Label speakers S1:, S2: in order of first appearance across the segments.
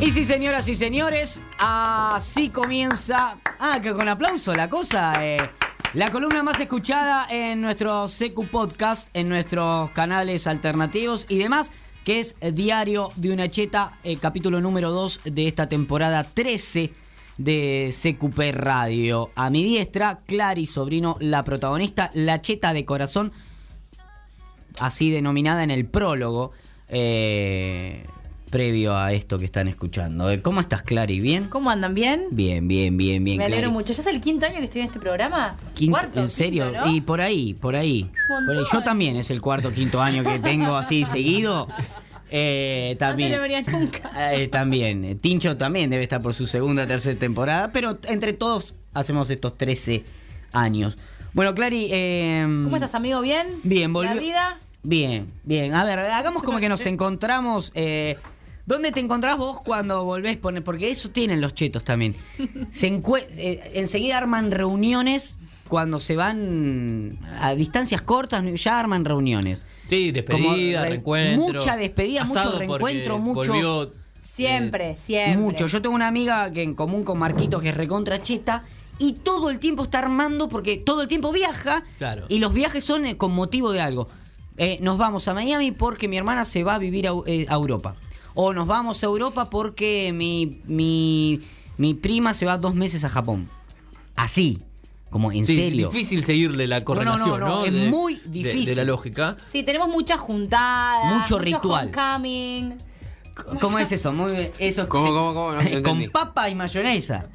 S1: Y sí, señoras y señores, así comienza. Ah, que con aplauso la cosa. eh. La columna más escuchada en nuestro CQ Podcast, en nuestros canales alternativos y demás, que es Diario de una Cheta, eh, capítulo número 2 de esta temporada 13 de CQP Radio. A mi diestra, Clary Sobrino, la protagonista, la Cheta de corazón, así denominada en el prólogo, eh, previo a esto que están escuchando. Eh, ¿Cómo estás, Clary? ¿Bien?
S2: ¿Cómo andan? ¿Bien?
S1: Bien, bien, bien, bien.
S2: Me alegro
S1: Clary.
S2: mucho. ¿Ya es el quinto año que estoy en este programa?
S1: Quinto-
S2: ¿Cuarto?
S1: ¿En serio?
S2: quinto, ¿no?
S1: Y por ahí, por ahí.
S2: Montón.
S1: Por ahí. Yo también es el cuarto, quinto año que tengo así seguido. Eh, también.
S2: No te lo vería nunca.
S1: Eh, también. Eh, Tincho también debe estar por su segunda, tercera temporada. Pero entre todos hacemos estos 13 años. Bueno, Clary. eh,
S2: ¿Cómo estás, amigo? ¿Bien?
S1: Bien, volvió.
S2: ¿La vida?
S1: Bien, bien. A ver, hagamos como que nos encontramos. eh, ¿Dónde te encontrás vos cuando volvés? Pone- Porque eso tienen los chetos también. Se encue- eh, enseguida arman reuniones cuando se van a distancias cortas, ya arman reuniones.
S3: Sí, despedida,
S1: Como re-
S3: reencuentro.
S1: mucha despedida, mucho
S3: Asado porque
S1: reencuentro, mucho-
S3: Volvió,
S2: Siempre, siempre.
S1: Eh, Mucho. Yo tengo una amiga que en común con Marquito que es recontra cheta. Y todo el tiempo está armando porque todo el tiempo viaja.
S3: Claro.
S1: Y los viajes son eh, con motivo de algo. Eh, nos vamos a Miami porque mi hermana se va a vivir a, Eu- eh, a Europa. O nos vamos a Europa porque mi, mi, mi prima se va dos meses a Japón. Así. Como en
S3: sí,
S1: serio.
S3: difícil seguirle la
S1: no,
S3: correlación, ¿no?
S1: no, es
S3: De-
S1: muy
S3: de- De,
S1: difícil.
S3: la lógica.
S2: Sí, tenemos muchas juntadas.
S1: Mucho ritual.
S2: homecoming.
S1: ¿Cómo es eso? Muy bien. Eso es-
S4: ¿Cómo, cómo, cómo? No, no entendí.
S1: Con papa y mayonesa.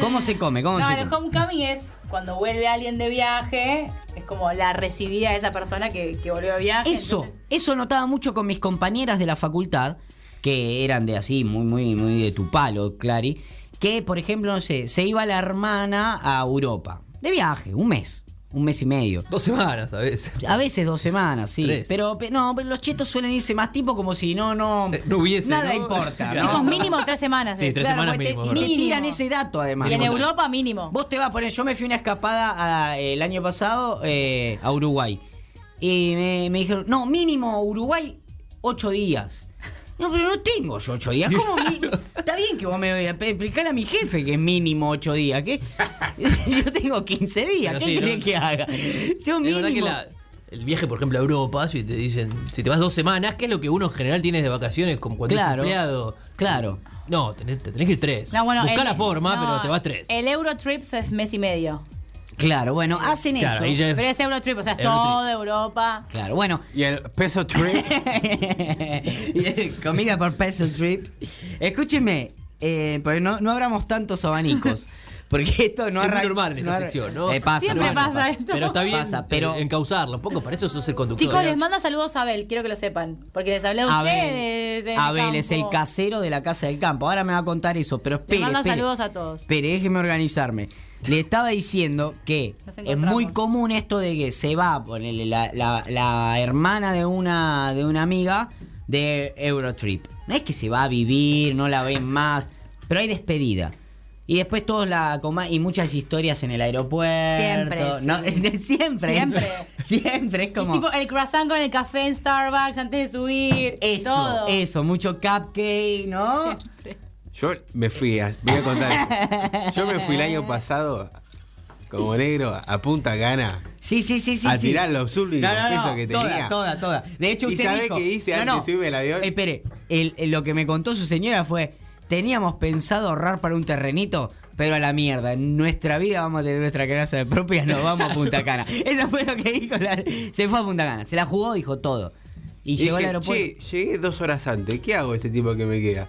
S1: ¿Cómo se come? ¿Cómo
S2: No,
S1: se
S2: el
S1: come?
S2: homecoming es cuando vuelve alguien de viaje. Es como la recibida de esa persona que, que volvió de viaje.
S1: Eso,
S2: entonces-
S1: eso notaba mucho con mis compañeras de la facultad, que eran de así, muy, muy, muy de tu palo, Clary, que, por ejemplo, no sé, se iba la hermana a Europa, de viaje, un mes, un mes y medio.
S3: Dos semanas a veces.
S1: A veces dos semanas, sí.
S3: Tres.
S1: Pero pe- no, pero los chetos suelen irse más tipo como si no, no.
S3: Eh, no hubiese,
S1: Nada
S3: ¿no?
S1: importa. ¿no?
S2: Chicos, mínimo tres semanas.
S3: Sí,
S2: es.
S3: tres semanas
S1: porque pues, te-
S3: mínimo,
S1: y te
S2: ¿verdad?
S1: tiran
S2: Mínimo.
S1: ese dato además.
S2: Y en
S3: Mínimo tres.
S2: Europa, mínimo.
S1: Vos te vas a poner, yo me fui una escapada a- el año pasado eh, a Uruguay. Y me, me dijeron, no, mínimo Uruguay, ocho días. No, pero no tengo yo ocho días. ¿Cómo mi- Está bien que vos me lo digas, pero explicale a mi jefe que es mínimo ocho días. ¿qué? yo tengo 15 días,
S3: Pero
S1: ¿qué
S3: sí,
S1: querés
S3: no-
S1: que haga? Yo
S3: Es verdad que
S1: mínimo.
S3: la- el viaje, por ejemplo, a Europa, si te dicen, si te vas dos semanas, que es lo que uno en general tiene de vacaciones, como cuando
S1: Claro.
S3: es empleado.
S1: Claro.
S3: No, tenés, te tenés que ir tres.
S2: No, bueno,
S3: Buscá
S2: el-
S3: la forma,
S2: no,
S3: pero te vas tres.
S2: El Eurotrip es mes y medio.
S1: Claro, bueno, hacen
S3: Claro,
S1: eso.
S3: ahí ya-
S2: Pero es Eurotrip, o sea, es
S3: Eurotrip.
S2: toda Europa.
S1: Claro, bueno.
S4: Y el peso trip.
S1: eh, Comida por peso trip. Escúchenme, eh, porque no, no abramos tantos abanicos. Porque esto no
S3: es muy
S1: arran-
S3: normal en esta
S1: arran-
S3: sección, ¿no?
S1: Eh, pasa,
S2: Siempre
S1: pasa,
S2: pasa esto.
S3: Pero está bien
S1: Pasa, pero-
S3: eh, encauzarlo un poco, para eso sos el conductor.
S2: Chicos,
S3: ¿no?
S2: les manda saludos a Abel, quiero que lo sepan. Porque les hablé de ustedes.
S1: Abel,
S2: en el
S1: Abel es el
S2: campo.
S1: casero de la casa del campo. Ahora me va a contar eso, pero
S2: Les
S1: espere.
S2: manda
S1: espere.
S2: saludos a todos.
S1: Espere, déjeme organizarme. Le estaba diciendo que
S2: Nos
S1: es muy
S2: encontramos.
S1: común esto de que se va, ponele, la, la- la hermana de una, de una amiga de Eurotrip. No es que se va a vivir, no la ven más, pero hay despedida. Y después todos la coma y muchas historias en el aeropuerto.
S2: Siempre,
S1: ¿no?
S2: sí.
S1: siempre.
S2: Siempre.
S1: Siempre, es como.
S2: Es tipo el croissant con el café en Starbucks antes de subir.
S1: Eso,
S2: todo.
S1: eso, mucho cupcake, ¿no?
S4: Yo me fui, a- voy a contar. esto. Yo me fui el año pasado, como negro, a Punta Gana.
S1: Sí, sí, sí, sí.
S4: a
S1: sí.
S4: tirar los últimos pesos que
S1: toda,
S4: tenía.
S1: Toda, toda, De hecho,
S4: ¿Y
S1: usted
S4: sabe
S1: dijo,
S4: qué hice antes de subirme al avión?
S1: Espere, el- el- lo que me contó su señora fue, teníamos pensado ahorrar para un terrenito, pero a la mierda, en nuestra vida vamos a tener nuestra casa de propia, nos vamos a Punta Cana. Eso fue lo que dijo, la- se fue a Punta Cana, se la jugó, dijo todo. Y,
S4: Y
S1: llegó al
S4: dije,
S1: aeropuerto.
S4: "Che, llegué dos horas antes. ¿Qué hago este tiempo que me queda?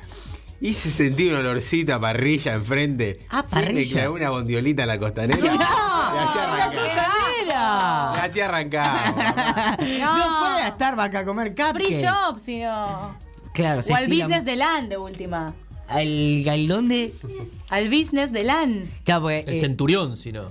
S4: Y se sentí un olorcito a parrilla enfrente.
S1: Ah,
S4: Fui,
S1: parrilla.
S4: Me clavé una bondiolita a la costanera.
S1: ¡No!
S4: Me hacía
S1: ¡La
S4: arrancar. Me
S1: costanera!
S4: hacía arrancar.
S1: No. fue a Starbucks a comer cupcake.
S2: Free shop, sino.
S1: Claro, se
S2: O al
S1: estira-
S2: business de LAN de última.
S1: Al galón de...
S2: Al business de LAN.
S1: Claro, porque,
S3: El
S1: eh,
S3: centurión, si no.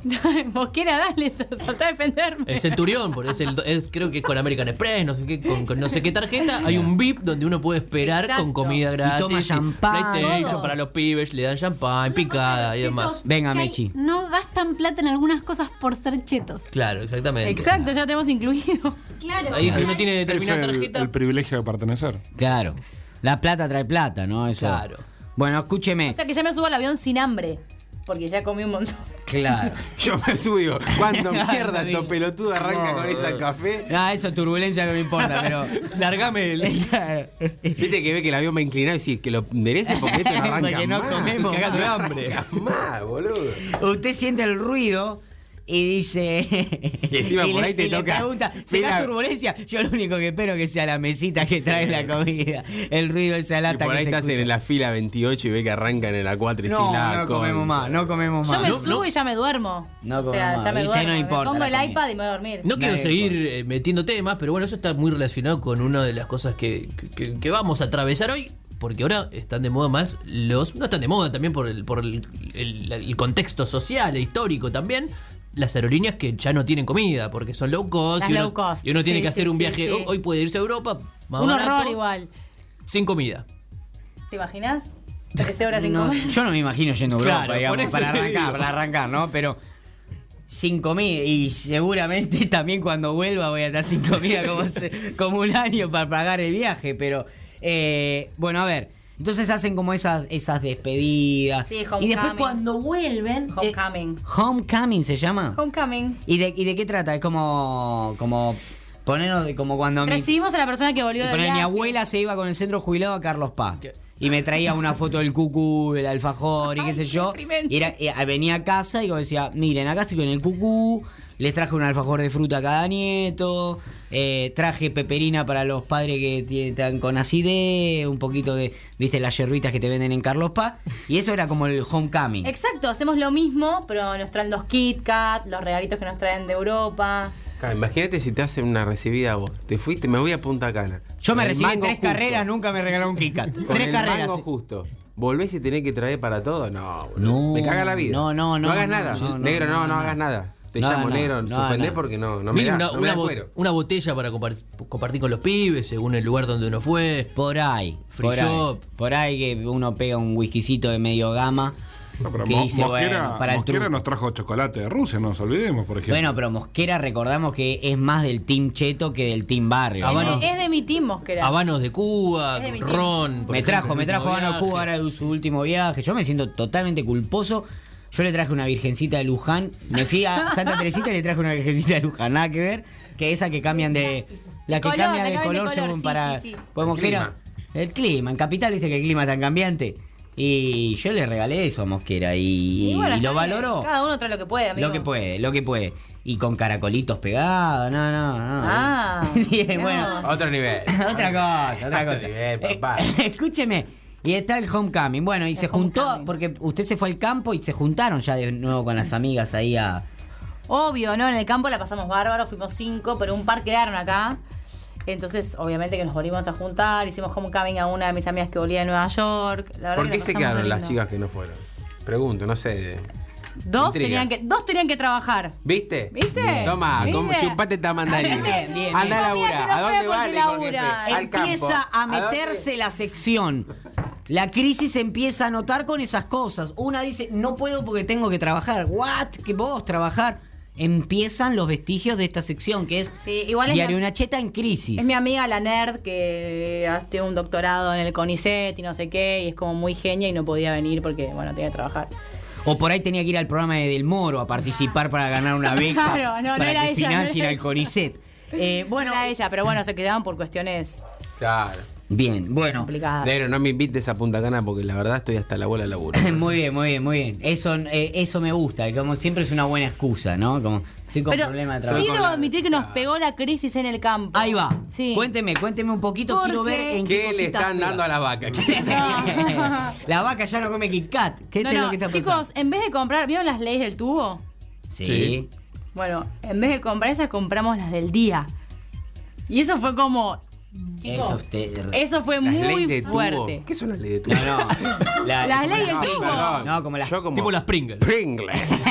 S2: Vos quieras darle, saltá a defenderme.
S3: El Centurión, porque es el, es- creo que con American Express, no sé qué, con, con no sé qué tarjeta, hay un VIP donde uno puede esperar
S2: Exacto.
S3: con comida gratis.
S1: toma champán.
S3: PlayStation
S2: Todo.
S3: para los pibes, le dan champán,
S5: Una cosa,
S3: picada y
S5: chicos,
S3: demás.
S1: Venga,
S5: que hay-
S1: Mechi.
S5: No gastan plata en algunas cosas por ser chetos.
S3: Claro, exactamente.
S2: Exacto, ya lo tenemos incluido.
S5: Claro.
S3: Ahí si uno tiene
S6: Es
S3: determinada
S6: el,
S3: tarjeta.
S6: el privilegio de pertenecer.
S1: Claro. La plata trae plata, ¿no? Eso.
S3: Claro.
S1: Bueno, escúcheme.
S2: O sea que ya me subo al avión sin hambre. Porque ya comí un montón.
S1: claro.
S4: Yo me subo. Cuando mierda
S1: Dale.
S4: tu pelotudo arranca con esa café.
S1: Ah, eso turbulencia no me importa, pero. Largame
S4: Viste que ve que el avión va inclinado y decís que lo enderece porque esto no arranca
S1: Porque no
S4: más.
S1: comemos.
S4: Estoy cagando de
S1: No
S4: hambre. Más, boludo.
S1: Usted siente el ruido y dice.
S4: Y encima por
S1: le-
S4: ahí te
S1: y le
S4: toca.
S1: pregunta,
S4: Mira.
S1: ¿será turbulencia? Yo lo único que espero que sea la mesita que trae la comida. El ruido de esa
S4: Y
S1: lata
S4: por
S1: que
S4: ahí
S1: se
S4: estás
S1: escucha.
S4: en la fila 28 y ve que arrancan en la 4 y decís,
S1: No,
S4: la
S1: no comemos
S4: concha.
S1: más, no comemos
S2: Yo
S1: más.
S2: me
S3: No,
S2: subo
S3: no.
S2: y ya me duermo.
S1: No
S2: o sea,
S1: comamos.
S2: ya me
S1: Y usted
S2: duermo.
S1: no
S2: Me
S1: importa
S2: pongo
S1: la
S2: el
S1: comida.
S2: iPad y me voy a dormir.
S3: No quiero
S1: Nadie
S3: seguir eh, metiendo temas, pero bueno, eso está muy relacionado con una de las cosas que, que- que vamos a atravesar hoy, porque ahora están de moda más los... No están de moda también por el, por el, el- el contexto social e histórico también. Las aerolíneas que ya no tienen comida, porque son low cost.
S2: Las
S3: y uno,
S2: low cost,
S3: y uno tiene
S2: sí,
S3: que hacer
S2: sí,
S3: un
S2: sí,
S3: viaje.
S2: sí.
S3: ho- Hoy puede irse a Europa, más
S2: un
S3: barato,
S2: horror igual.
S3: Sin comida.
S2: ¿Te imaginas? 13 horas sin
S1: No,
S2: comer.
S1: yo no me imagino yendo a Europa,
S3: Claro,
S1: digamos,
S3: por eso
S1: para
S3: te
S1: arrancar,
S3: digo.
S1: para arrancar, ¿no? Pero sin comida y seguramente también cuando vuelva voy a estar sin comida como, se- como un año para pagar el viaje, pero eh, bueno, a ver. Entonces hacen como esas esas despedidas.
S2: Sí,
S1: y
S2: homecoming.
S1: después cuando vuelven... eh,
S2: Homecoming.
S1: homecoming se llama.
S2: Homecoming.
S1: ¿Y, de, ¿Y de qué trata? Es como... como ponernos de- como cuando... mi-
S2: Recibimos a la persona que
S1: y
S2: volvió de
S1: poner, mi
S2: viaje.
S1: abuela se iba con el centro jubilado a Carlos Paz.
S3: ¿Qué?
S1: Y me traía una foto del cucú, el alfajor y qué
S2: Ay,
S1: sé
S2: qué
S1: yo.
S2: deprimente.
S1: Y era- eh, venía a casa y como decía, miren, acá estoy con el cucú, les traje un alfajor de fruta a cada nieto, eh, traje peperina para los padres que tie- están con acidez, un poquito de, viste, las yerbitas que te venden en Carlos Paz. Y eso era como el homecoming.
S2: Exacto, hacemos lo mismo, pero nos traen los Kit Kat, los regalitos que nos traen de Europa.
S4: Ah, imagínate si te hacen una recibida a vos. Te fuiste, me voy a Punta Cana.
S1: Yo me
S4: Con el
S1: recibí en
S4: mango
S1: tres
S4: justo.
S1: carreras, nunca me regalaron un Kit Kat.
S4: Con
S1: Tres
S4: el
S1: carreras.
S4: mango justo. ¿Volvés y tenés que traer para todo? No,
S1: No,
S4: boludo. Me caga la vida.
S1: no, no, no,
S4: No hagas
S1: no,
S4: nada.
S1: no, no,
S4: negro,
S1: no,
S4: no,
S1: no,
S4: no,
S1: no.
S4: hagas nada. Te
S1: No,
S4: llamo
S1: no,
S4: negro,
S1: no,
S4: suspendés
S1: no.
S4: porque no, no me
S3: Mínimo
S4: da,
S3: una,
S4: no me
S3: una
S4: da
S3: bo-
S4: cuero.
S3: una botella para compar- compartir con los pibes, según el lugar donde uno fue.
S1: Por ahí.
S3: Free
S1: por
S3: shop.
S1: ahí. Por ahí que uno pega un whiskycito de medio gama.
S6: No, pero
S1: que
S6: Mo-
S1: dice,
S6: Mosquera,
S1: bueno, para el
S6: Mosquera
S1: truco.
S6: nos trajo chocolate de Rusia, no nos olvidemos, por ejemplo.
S1: Bueno, pero Mosquera recordamos que es más del team cheto que del team barrio.
S3: Ah,
S1: ¿no?
S3: bueno.
S2: Eh, Es, es de mi team,
S1: Ah,
S2: Mosquera.
S3: Habanos de Cuba,
S2: Es de mi tía.
S3: ron. por
S1: Me
S3: ejemplo,
S1: trajo,
S3: el
S1: me
S3: último
S1: trajo a
S3: viaje.
S1: Cuba ahora de su último viaje. Yo me siento totalmente culposo. Yo le traje una virgencita de Luján. Me fui a Santa Teresita y le traje una virgencita de Luján. Nada que ver. Que esa que cambian de. La que
S2: Color,
S1: cambia
S2: la
S1: de
S2: cambian de
S1: color
S2: color,
S1: según
S2: sí,
S1: para.
S2: sí, sí.
S1: pues Mosquera. El clima. En Capital viste que el clima es tan cambiante. Y yo le regalé eso a Mosquera. Y,
S2: bueno,
S1: y lo
S2: está bien.
S1: valoró.
S2: Cada uno trae lo que puede, amigo.
S1: Lo que puede, lo que puede. Y con caracolitos pegados, no, no, no.
S2: Ah,
S1: Bien,
S2: mirá.
S1: bueno.
S4: A Otro nivel.
S1: otra cosa, otra cosa.
S4: Bien, papá.
S1: Eh, escúcheme. Y está el homecoming. Bueno, y se juntó,
S2: homecoming.
S1: porque usted se fue al campo y se juntaron ya de nuevo con las amigas ahí a.
S2: Obvio, ¿no? En el campo la pasamos bárbaro, fuimos cinco, pero un par quedaron acá. Entonces, obviamente que nos volvimos a juntar, hicimos homecoming a una de mis amigas que volvía de Nueva York. La verdad
S4: ¿Por
S2: que
S4: qué
S2: la
S4: se
S2: pasamos re
S4: quedaron las
S2: lindo.
S4: chicas que no fueron? Pregunto, no sé.
S2: Dos
S4: Intriga.
S2: tenían, que, dos tenían que trabajar.
S4: ¿Viste?
S2: ¿Viste?
S4: Toma,
S2: ¿Viste?
S4: como chupate esta mandarina.
S1: Bien, bien,
S4: Anda a
S2: bien. Esta mía
S4: laburar. ¿A
S2: que no
S4: dónde
S2: fue porque
S4: vale con jefe?
S2: labura.
S4: Al campo.
S1: Empieza a
S4: dónde?
S1: meterse la sección. La crisis empieza a notar con esas cosas. Una dice, no puedo porque tengo que trabajar. ¿What? ¿Que vos trabajar? Empiezan los vestigios de esta sección, que es
S2: Sí, igual es
S1: Diario
S2: la-
S1: Una Cheta en crisis.
S2: Es mi amiga la nerd que ha- tiene un doctorado en el CONICET y no sé qué, y es como muy genia y no podía venir porque, bueno, tenía que trabajar.
S1: O por ahí tenía que ir al programa de Del Moro a participar para ganar una beca.
S2: Claro, no, no
S1: para
S2: era
S1: que
S2: ella, no
S1: financien
S2: era
S1: al
S2: ella.
S1: CONICET. Eh,
S2: Bueno,
S1: bueno,
S2: era ella, pero bueno, se quedaban por cuestiones
S4: Claro.
S1: bien, bueno.
S2: complicadas.
S4: Negro, no me invites a Punta Cana porque la verdad estoy hasta la bola de laburo.
S1: Muy bien, muy bien, muy bien. Eso, eh, eso me gusta, que como siempre es una buena excusa, ¿no? Como estoy con
S2: Pero
S1: problemas de trabajo.
S2: sí debo admitir que nos pegó la crisis en el campo.
S1: Ahí va.
S2: Sí.
S1: Cuénteme, cuénteme un poquito,
S2: Porque-
S1: quiero ver en qué,
S4: ¿Qué le
S1: cositas
S4: están
S1: pega.
S4: dando a la vaca? ¿Qué-
S2: No.
S1: La vaca ya no come Kit Kat. ¿Qué
S2: No,
S1: es
S2: no,
S1: lo que está
S2: Chicos,
S1: pasando?
S2: en vez de comprar, ¿vieron las leyes del tubo?
S1: Sí.
S6: Sí.
S2: Bueno, en vez de comprar esas, compramos las del día. Y eso fue como.
S1: Eso
S2: Chicos,
S1: usted.
S2: eso fue
S4: Las
S2: muy
S4: leyes de
S2: fuerte.
S4: tubo. ¿Qué son las leyes de tubo?
S1: No, no. La-
S2: Las leyes del tubo.
S4: perdón.
S1: No, como las-
S4: Yo como
S3: Tipo las Pringles.
S4: Pringles.
S1: no,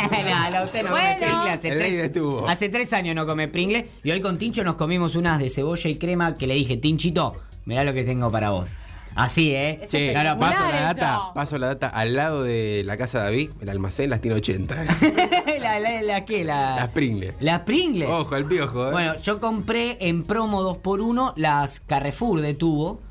S1: no, usted no come
S2: Bueno.
S1: Pringles hace
S4: El
S1: tres,
S4: aire estuvo.
S1: hace tres años no come Pringles y hoy con Tincho nos comimos unas de cebolla y crema que le dije, Tinchito, mirá lo que tengo para vos. Así, ¿eh?
S2: Es
S4: Che,
S2: espectacular
S4: ahora paso la
S2: eso.
S4: data, paso la data al lado de la casa de David, el almacén las tiene 80. eh.
S1: la, la, la- ¿qué? La-
S4: Las Pringles.
S1: Las Pringles.
S4: Ojo, el piojo, eh.
S1: Bueno, yo compré en promo 2x1 las Carrefour de tubo.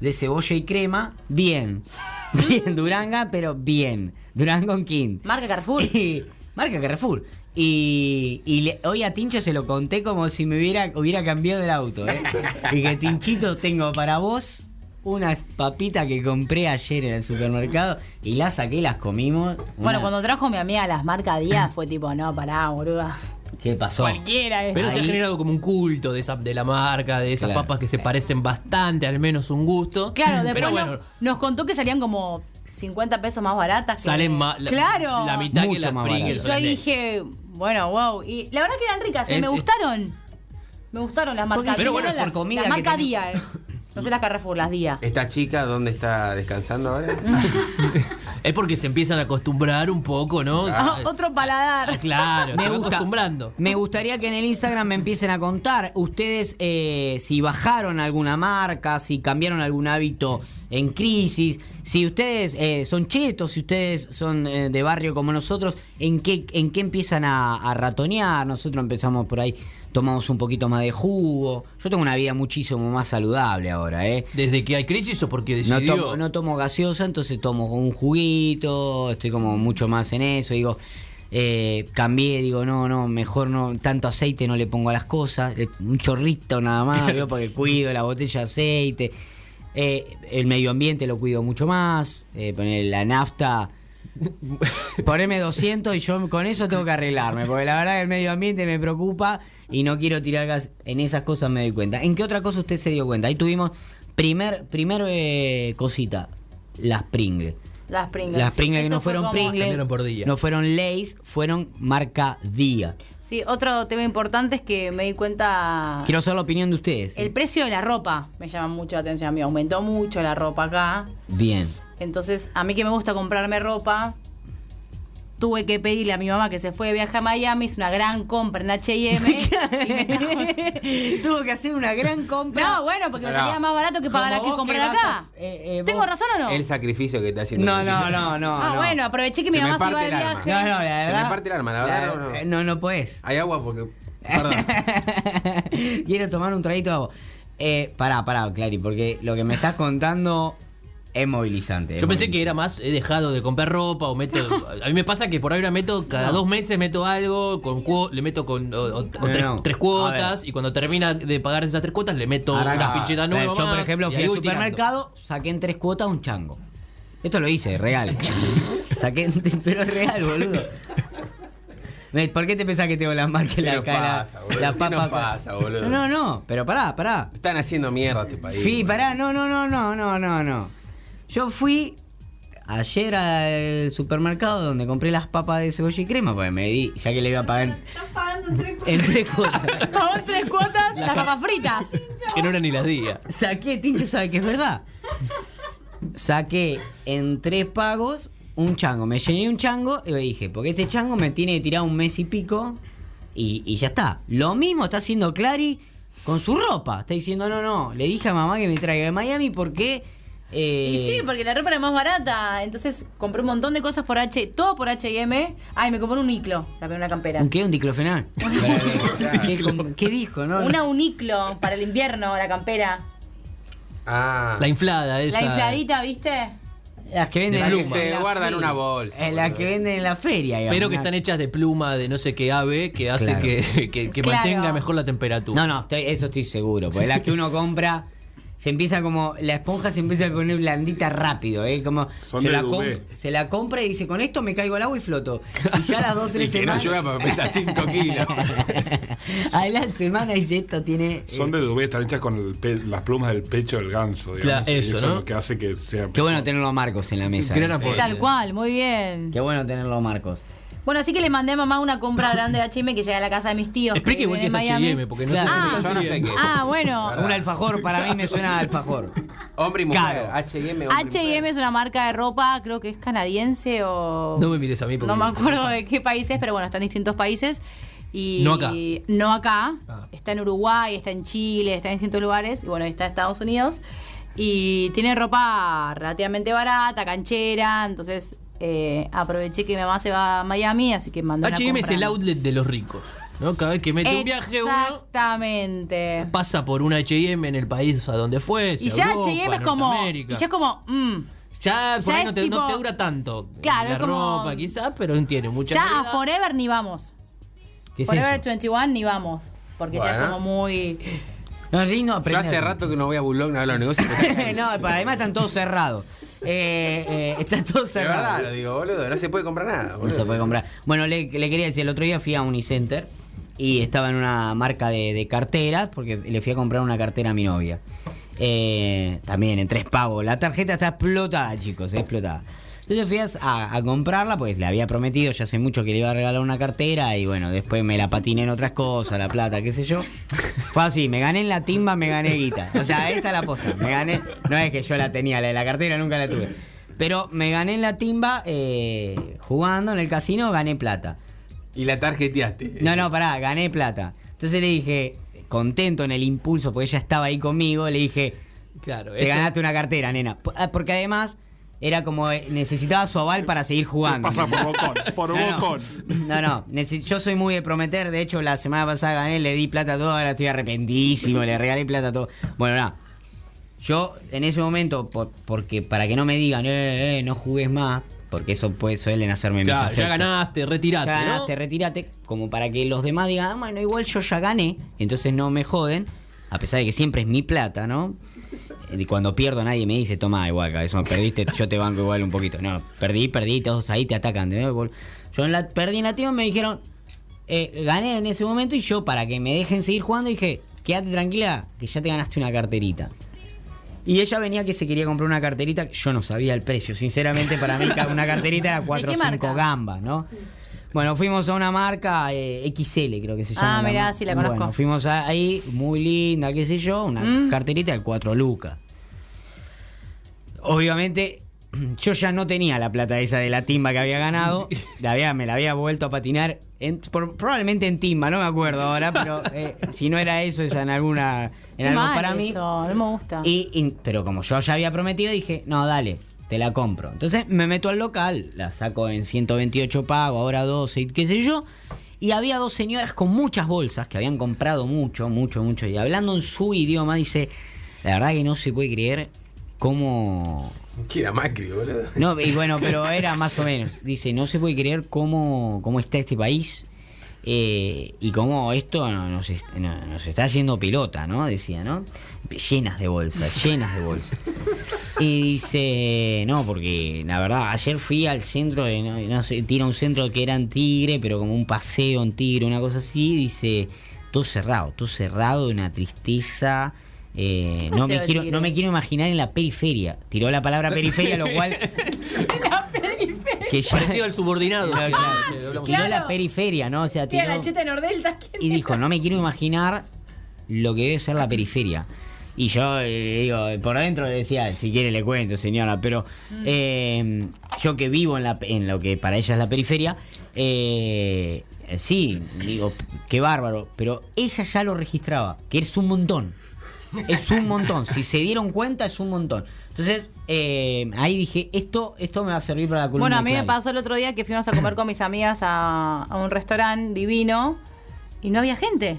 S1: de cebolla y crema, bien. Bien, Duranga, pero bien. Durango en King.
S2: Marca Carrefour.
S1: Y- marca Carrefour. Y, y le- hoy a Tincho se lo conté como si me hubiera, hubiera cambiado el auto. ¿eh? y que Tinchito tengo para vos unas papitas que compré ayer en el supermercado y las saqué y las comimos.
S2: Bueno,
S1: Una-
S2: cuando trajo mi amiga las marcas Díaz fue tipo, no, pará, boluda.
S1: ¿Qué pasó?
S2: Cualquiera es.
S3: Pero se ha
S1: Ahí-
S3: generado como un culto de, esa, de la marca, de esas
S1: Claro.
S3: papas que se parecen bastante, al menos un gusto.
S2: Claro, después
S3: Pero bueno,
S2: nos, nos contó que salían como 50 pesos más baratas. que-
S3: salen más. la-
S2: Claro.
S3: La mitad
S1: Mucho
S3: que las
S1: más barato.
S3: Pringles. o
S2: Yo
S3: las
S2: ahí
S3: Lay's.
S2: dije, bueno, wow. Y la verdad que eran ricas, ¿eh?
S3: Es-
S2: me
S3: es-
S2: gustaron. Me gustaron las marcas
S1: Porque
S3: Pero bueno,
S2: Díaz.
S1: por comida
S2: Las
S1: que
S2: marcas
S1: tenés.
S2: Díaz, eh. No sé las Carrefour, las Díaz.
S4: ¿Esta chica dónde está descansando ahora?
S3: Es porque se empiezan a acostumbrar un poco, ¿no?
S2: Ah, otro paladar.
S3: Claro, se va acostumbrando.
S1: Me gustaría que en el Instagram me empiecen a contar ustedes eh, si bajaron alguna marca, si cambiaron algún hábito en crisis, si ustedes eh, son chetos, si ustedes son eh, de barrio como nosotros, en qué, en qué empiezan a, a ratonear. Nosotros empezamos por ahí, tomamos un poquito más de jugo. Yo tengo una vida muchísimo más saludable ahora, ¿eh?
S3: Desde que hay crisis o porque
S1: No
S3: decidió.
S1: tomo, no tomo gaseosa, entonces tomo un juguito, estoy como mucho más en eso, digo, eh, cambié, digo, no, no, mejor no, tanto aceite no le pongo a las cosas, le- un chorrito nada más, digo, porque cuido la botella de aceite, Eh, el medio ambiente lo cuido mucho más, eh, poner la nafta, ponerme 200 y yo con eso tengo que arreglarme, porque la verdad que el medio ambiente me preocupa y no quiero tirar gas. En esas cosas me doy cuenta. ¿En qué otra cosa usted se dio cuenta? Ahí tuvimos primer, primer eh, cosita, las Pringles.
S2: Las Pringles.
S1: Las Pringles que
S2: Eso
S1: no
S2: fue
S1: fueron
S2: como-
S1: Pringles,
S3: Cambiaron por día.
S1: no fueron Lays, fueron marca Día.
S2: Sí, otro tema importante es que me di cuenta.
S1: Quiero saber la opinión de ustedes.
S2: Ah. El precio de la ropa me llama mucho la atención a mí. Aumentó mucho la ropa acá.
S1: Bien.
S2: Entonces, a mí que me gusta comprarme ropa, tuve que pedirle a mi mamá que se fue de viaje a Miami, hizo una gran compra en HM. y me trajo-
S1: Tuvo que hacer una gran compra.
S2: no, bueno, porque me
S4: Pará.
S2: salía más barato que pagar
S1: Como
S2: aquí y
S1: vos
S2: comprar
S1: que vas
S2: acá.
S1: a- eh, eh,
S2: ¿Tengo
S1: vos-
S2: razón o no?
S4: El sacrificio que está haciendo.
S1: No, no, no, no.
S2: ah,
S1: no.
S2: bueno, aproveché que mi
S4: Se me
S2: mamá se iba
S4: parte
S2: de
S4: el alma.
S2: viaje.
S1: No, no, la
S4: Se me
S1: verdad.
S4: parte el alma, la verdad, no, no.
S1: eh, No, no podés.
S4: Hay agua porque. Perdón.
S1: Quiero tomar un traguito de agua. Eh, pará, pará, Clary, porque lo que me estás contando es movilizante. es
S3: Yo pensé
S1: movilizante.
S3: que era más, he dejado de comprar ropa o meto. A mí me pasa que por ahora meto, cada dos meses meto algo, con cuo- le meto con o- o- o
S1: No,
S3: tres,
S1: no.
S3: tres
S1: A
S3: cuotas y cuando termina de pagar esas tres cuotas le meto
S1: Arranca.
S3: unas pinchetas
S1: Bueno,
S3: nuevas.
S1: Yo, por
S3: más,
S1: ejemplo,
S3: y
S1: fui
S3: ahí
S1: al
S3: voy tirando.
S1: supermercado, saqué en tres cuotas un chango. Esto lo hice, real. saqué, en- pero es real, boludo. Ve, ¿Por qué te pensás que tengo las marcas en
S4: ¿Qué
S1: la
S4: nos
S1: cara?
S4: pasa, boludo?
S1: La
S4: ¿Qué
S1: papa-
S4: nos pasa, boludo?
S1: No, no, pero pará, pará.
S4: Están haciendo mierda este país.
S1: Sí,
S4: boludo.
S1: pará, no, no, no, no, no, no, no. Yo fui ayer al supermercado donde compré las papas de cebolla y crema, porque me di, ya que le iba a pagar
S5: Estás pagando tres
S1: en tres cuotas.
S2: Pagó en tres cuotas las papas fritas.
S3: Que no eran ni las días.
S1: Saqué, Tincho sabe que es verdad. Saqué en tres pagos un chango. Me llené un chango y dije, porque este chango me tiene tirado un mes y pico y, y ya está. Lo mismo está haciendo Clary con su ropa. Está diciendo, no, no, le dije a mamá que me traiga de Miami porque... eh,
S2: Y sí, porque la ropa era más barata. Entonces compré un montón de cosas por H, todo por HM. Ay, me compré un Iclo, la primera campera.
S1: ¿Un qué? ¿Un diclofenal? ¿Qué, com- qué dijo, no?
S2: Una uniclo para el invierno, la campera.
S4: Ah.
S3: La inflada esa.
S2: La infladita, ¿viste?
S1: Las que venden
S4: Las que
S1: en la-
S4: se
S1: en la
S4: guardan en
S1: feria.
S4: una bolsa,
S1: Eh, las
S4: boludo.
S1: que venden en la feria, digamos.
S3: Pero que están hechas de pluma de no sé qué ave que hace
S1: Claro.
S3: que, que- que
S2: Claro.
S3: mantenga mejor la temperatura.
S1: No, no, estoy- eso estoy seguro. Porque las que uno compra, se empieza como. La esponja se empieza a poner blandita rápido, ¿eh? Como.
S6: Son
S1: se,
S6: de
S1: la
S6: duvet.
S1: com- se la compra y dice: Con esto me caigo al agua y floto. Y ya las dos, tres
S4: Y que no
S1: semanas.
S4: llueva porque pesa 5 kilos.
S1: a la semana dice: Esto tiene. eh,
S6: Son de duvet, están hechas con el pe- las plumas del pecho del ganso. digamos,
S3: Claro,
S6: y
S3: eso,
S6: eso
S3: ¿no?
S6: es lo que hace que sea.
S1: Qué bueno tenerlo a Marcos en la mesa.
S3: Gran
S1: ¿eh?
S3: aporte.
S2: Tal cual, muy bien.
S1: Qué bueno tenerlo a Marcos.
S2: Bueno, así que le mandé a mamá una compra grande de HM que llega a la casa de mis tíos.
S3: Explique igual que es
S2: viven en Miami.
S3: HM, porque no
S1: Claro.
S3: sé si-
S2: Ah.
S4: Yo no sé qué.
S2: Ah, bueno.
S4: Ahora-
S1: Un alfajor, para mí me suena a alfajor.
S4: Hombre y mujer.
S1: Claro.
S4: HM. hombre y
S2: HM
S4: mujer.
S2: es una marca de ropa, creo que es canadiense o.
S3: No me mires a mí porque-
S2: No me acuerdo de qué país es, pero bueno, está en distintos países. Y
S3: No acá.
S2: No acá.
S3: Ah.
S2: Está en Uruguay, está en Chile, está en distintos lugares. Y bueno, está en Estados Unidos. Y tiene ropa relativamente barata, canchera. Entonces eh, aproveché que mi mamá se va a Miami, así que mandó una
S3: H&M es
S2: compra.
S3: el outlet de los ricos. ¿no? Cada vez que mete un viaje uno
S2: Exactamente.
S3: pasa por un H&M en el país a donde fue.
S2: Y
S3: sea
S2: ya
S3: Europa,
S2: H&M es como... Y
S3: Norteamérica.
S2: ya es como... mm,
S3: Ya, por
S2: ya
S3: ahí no
S2: es
S3: te, no
S2: tipo-
S3: te dura tanto.
S2: Claro,
S3: la
S2: es como-
S3: ropa quizás, pero tiene mucha
S2: ya a
S3: variedad.
S2: Forever ni vamos.
S1: ¿Qué es
S2: Forever
S1: eso?
S2: 21 ni vamos. Porque ya es
S4: Bueno.
S2: como muy...
S1: No, Rin no
S4: Yo
S1: aprende.
S4: hace rato que no voy a Bulldog, no hablo de negocios. pero está
S1: no,
S4: carísimo.
S1: para- además están todos cerrados. Eh, eh, está todo
S4: De verdad,
S1: cerrado.
S4: lo digo, boludo. No se puede comprar nada,
S1: No
S4: boludo.
S1: se puede comprar. Bueno, le, le quería decir, el otro día fui a Unicenter y estaba en una marca de, de carteras, porque le fui a comprar una cartera a mi novia. Eh, también en tres pavos. La tarjeta está explotada, chicos, explotada. Entonces fui a- a, a comprarla, pues le había prometido ya hace mucho que le iba a regalar una cartera y bueno, después me la patiné en otras cosas, la plata, qué sé yo. Fue así, me gané en la timba, me gané guita. O sea, esta es la posta. Me gané, no es que yo la tenía, la de la cartera nunca la tuve. Pero me gané en la timba eh, jugando en el casino, gané plata.
S4: Y la
S6: Eh.
S4: tarjeteaste.
S1: No, no, pará, gané plata. Entonces le dije, contento en el impulso, porque ella estaba ahí conmigo, le dije,
S3: Claro,
S1: te
S3: esto-
S1: ganaste una cartera, nena. Por- ah, Porque además era como, eh, necesitaba su aval para seguir jugando.
S6: Pasa por Bocón. Por
S1: No, no.
S6: Bocón.
S1: No, no, necesi- yo soy muy de prometer. De hecho, la semana pasada gané, le di plata a todo, ahora estoy arrepentidísimo, le regalé plata a todo. Bueno, nada. Yo en ese momento, por- porque para que no me digan, eh, eh, no jugues más, porque eso puede, suelen hacerme
S3: Ya,
S1: mis
S3: ya
S1: afectos.
S3: ganaste,
S1: Ya
S3: retirate.
S1: ganaste,
S3: ¿no?
S1: retírate, como para que los demás digan, "Ah, bueno, igual yo ya gané, entonces no me joden, a pesar de que siempre es mi plata, ¿no? Y cuando pierdo nadie me dice, toma, igual, cabezón, perdiste, yo te banco igual un poquito. No, perdí, perdí, todos ahí te atacan. ¿no? Bol- Yo en la, perdí en la timba, me dijeron, eh, gané en ese momento y yo, para que me dejen seguir jugando, dije, quédate tranquila, que ya te ganaste una carterita. Y ella venía que se quería comprar una carterita, que yo no sabía el precio, sinceramente para mí ca- una carterita era 4 o
S2: qué
S1: 5
S2: marca?
S1: gambas, ¿no? Bueno, fuimos a una marca eh, XL, creo que se
S2: Ah,
S1: llama.
S2: mirá,
S1: mar-
S2: sí, la conozco.
S1: Bueno, fuimos a- ahí, muy linda, qué sé yo, una
S2: Mm.
S1: carterita de 4 lucas. Obviamente, yo ya no tenía la plata esa de la timba que había ganado. La había, me la había vuelto a patinar, en- por- probablemente en timba, no me acuerdo ahora, pero eh, si no era eso, es en alguna. En
S2: Qué
S1: algo
S2: mal
S1: para mí.
S2: eso, no me gusta.
S1: Y, y- pero como yo ya había prometido, dije, no, dale, te la compro. Entonces me meto al local, la saco en 128 pago, ahora 12, y qué sé yo. Y había dos señoras con muchas bolsas que habían comprado mucho, mucho, mucho. Y hablando en su idioma, dice, la verdad que no se puede creer cómo...
S4: Que era Macri, boludo.
S1: No, y bueno, pero era más o menos. Dice, no se puede creer cómo, cómo está este país eh, y cómo esto no- nos, est- no- nos está haciendo pelota, ¿no? Decía, ¿no? Llenas de bolsas, llenas de bolsas. Y dice, no, porque la verdad, ayer fui al centro, de, no, no sé, tira un centro que era en Tigre, pero como un paseo en Tigre, una cosa así, dice, todo cerrado, todo cerrado, una tristeza. eh,
S2: ¿Qué
S1: no, me
S2: paseo de
S1: quiero, no
S2: Tigre?
S1: me quiero imaginar en la periferia. Tiró la palabra periferia, lo cual que ya-
S3: Parecido al subordinado.
S1: No,
S3: que-
S1: claro.
S3: que
S1: Tiró
S3: hablamos.
S2: Claro.
S1: la periferia, ¿no? O sea, tiró,
S2: Tía, la cheta de Nordelta. ¿quién
S1: y
S2: es?
S1: dijo, no me quiero imaginar lo que debe ser la periferia. Y yo eh, digo, por adentro le decía, si quiere le cuento, señora, pero
S2: Mm.
S1: eh, yo que vivo en, la, en lo que para ella es la periferia, eh, sí, digo, qué bárbaro, pero ella ya lo registraba, que es un montón. Es un montón. Si se dieron cuenta, es un montón. Entonces, eh, ahí dije, esto, esto me va a servir para la cultura.
S2: Bueno, a mí me pasó el otro día que fuimos a comer con mis amigas a, a un restaurante divino y no había gente.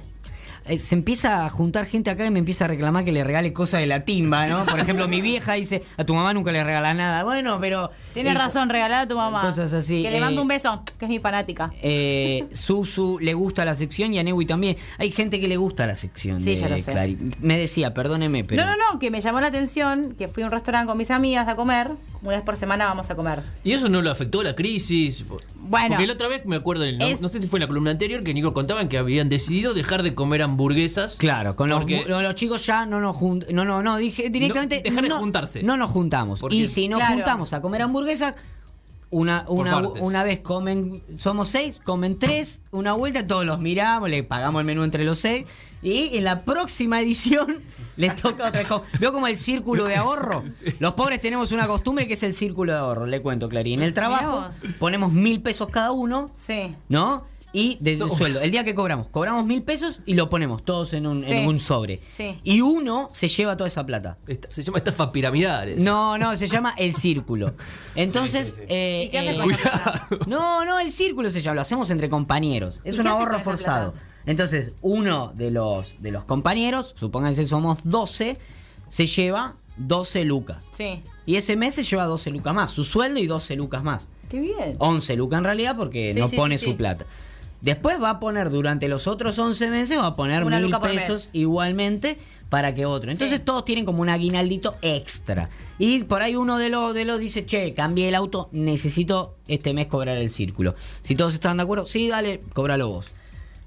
S1: Eh, se empieza a juntar gente acá y me empieza a reclamar que le regale cosas de la timba, ¿no? Por ejemplo, mi vieja dice, a tu mamá nunca le regala nada. Bueno, pero...
S2: Tienes
S1: eh,
S2: razón, regalá a tu mamá.
S1: Cosas así,
S2: Que le
S1: eh,
S2: mando un beso, que es mi fanática.
S1: Eh, Susu le gusta la sección y a Newi también. Hay gente que le gusta la sección.
S2: Sí,
S1: de
S2: ya lo sé.
S1: Clarín. Me decía, perdóneme, pero...
S2: No, no, no, que me llamó la atención que fui a un restaurante con mis amigas a comer. Una vez por semana vamos a comer.
S3: Y eso no lo afectó la crisis.
S2: Bueno.
S3: Porque la otra vez me acuerdo, no,
S2: Es-
S3: no sé si fue en la columna anterior, que Nico contaban que habían decidido dejar de comer hamburguesas.
S1: Claro, con los,
S3: Porque-
S1: con los chicos ya no nos juntamos. No, no, no, dije directamente.
S3: No, dejar de
S1: no-
S3: juntarse.
S1: No nos juntamos.
S3: Porque-
S1: y si nos
S2: Claro.
S1: juntamos a comer hamburguesas, una, una,
S3: partes.
S1: una vez comen, somos seis, comen tres, una vuelta, todos los miramos, le pagamos el menú entre los seis. Y en la próxima edición les toca otra cosa. ¿Veo como el círculo de ahorro? Los pobres tenemos una costumbre que es el círculo de ahorro, le cuento, Clarín. En el trabajo
S2: Mirá
S1: ponemos mil pesos cada uno
S2: Sí.
S1: ¿no? y del
S3: No.
S1: sueldo. El día que cobramos, cobramos mil pesos y lo ponemos todos en un, en
S2: Sí.
S1: un sobre.
S2: Sí.
S1: Y uno se lleva toda esa plata.
S3: Esta- se llama estafa piramidal. es.
S1: No, no, se llama el círculo. Entonces,
S4: Sí, sí, sí.
S1: eh,
S2: ¿Y qué haces
S1: eh,
S2: con esa plata?
S1: no, no, el círculo se llama, lo hacemos entre compañeros. Es
S2: ¿Y
S1: un
S2: qué haces
S1: ahorro
S2: con esa
S1: forzado.
S2: plata?
S1: Entonces, uno de los, de los compañeros, supónganse somos 12, se lleva 12 lucas.
S2: Sí.
S1: Y ese mes se lleva 12 lucas más, su sueldo y 12 lucas más.
S2: Qué bien.
S1: 11 lucas en realidad porque
S2: Sí,
S1: no
S2: sí,
S1: pone
S2: sí,
S1: su
S2: sí.
S1: plata. Después va a poner durante los otros 11 meses, va a poner
S2: Una
S1: mil
S2: luca por
S1: pesos
S2: mes.
S1: igualmente para que otro. Entonces
S2: Sí.
S1: todos tienen como un aguinaldito extra. Y por ahí uno de los de los dice, che, cambié el auto, necesito este mes cobrar el círculo. Si todos están de acuerdo, sí, dale, cóbralo vos.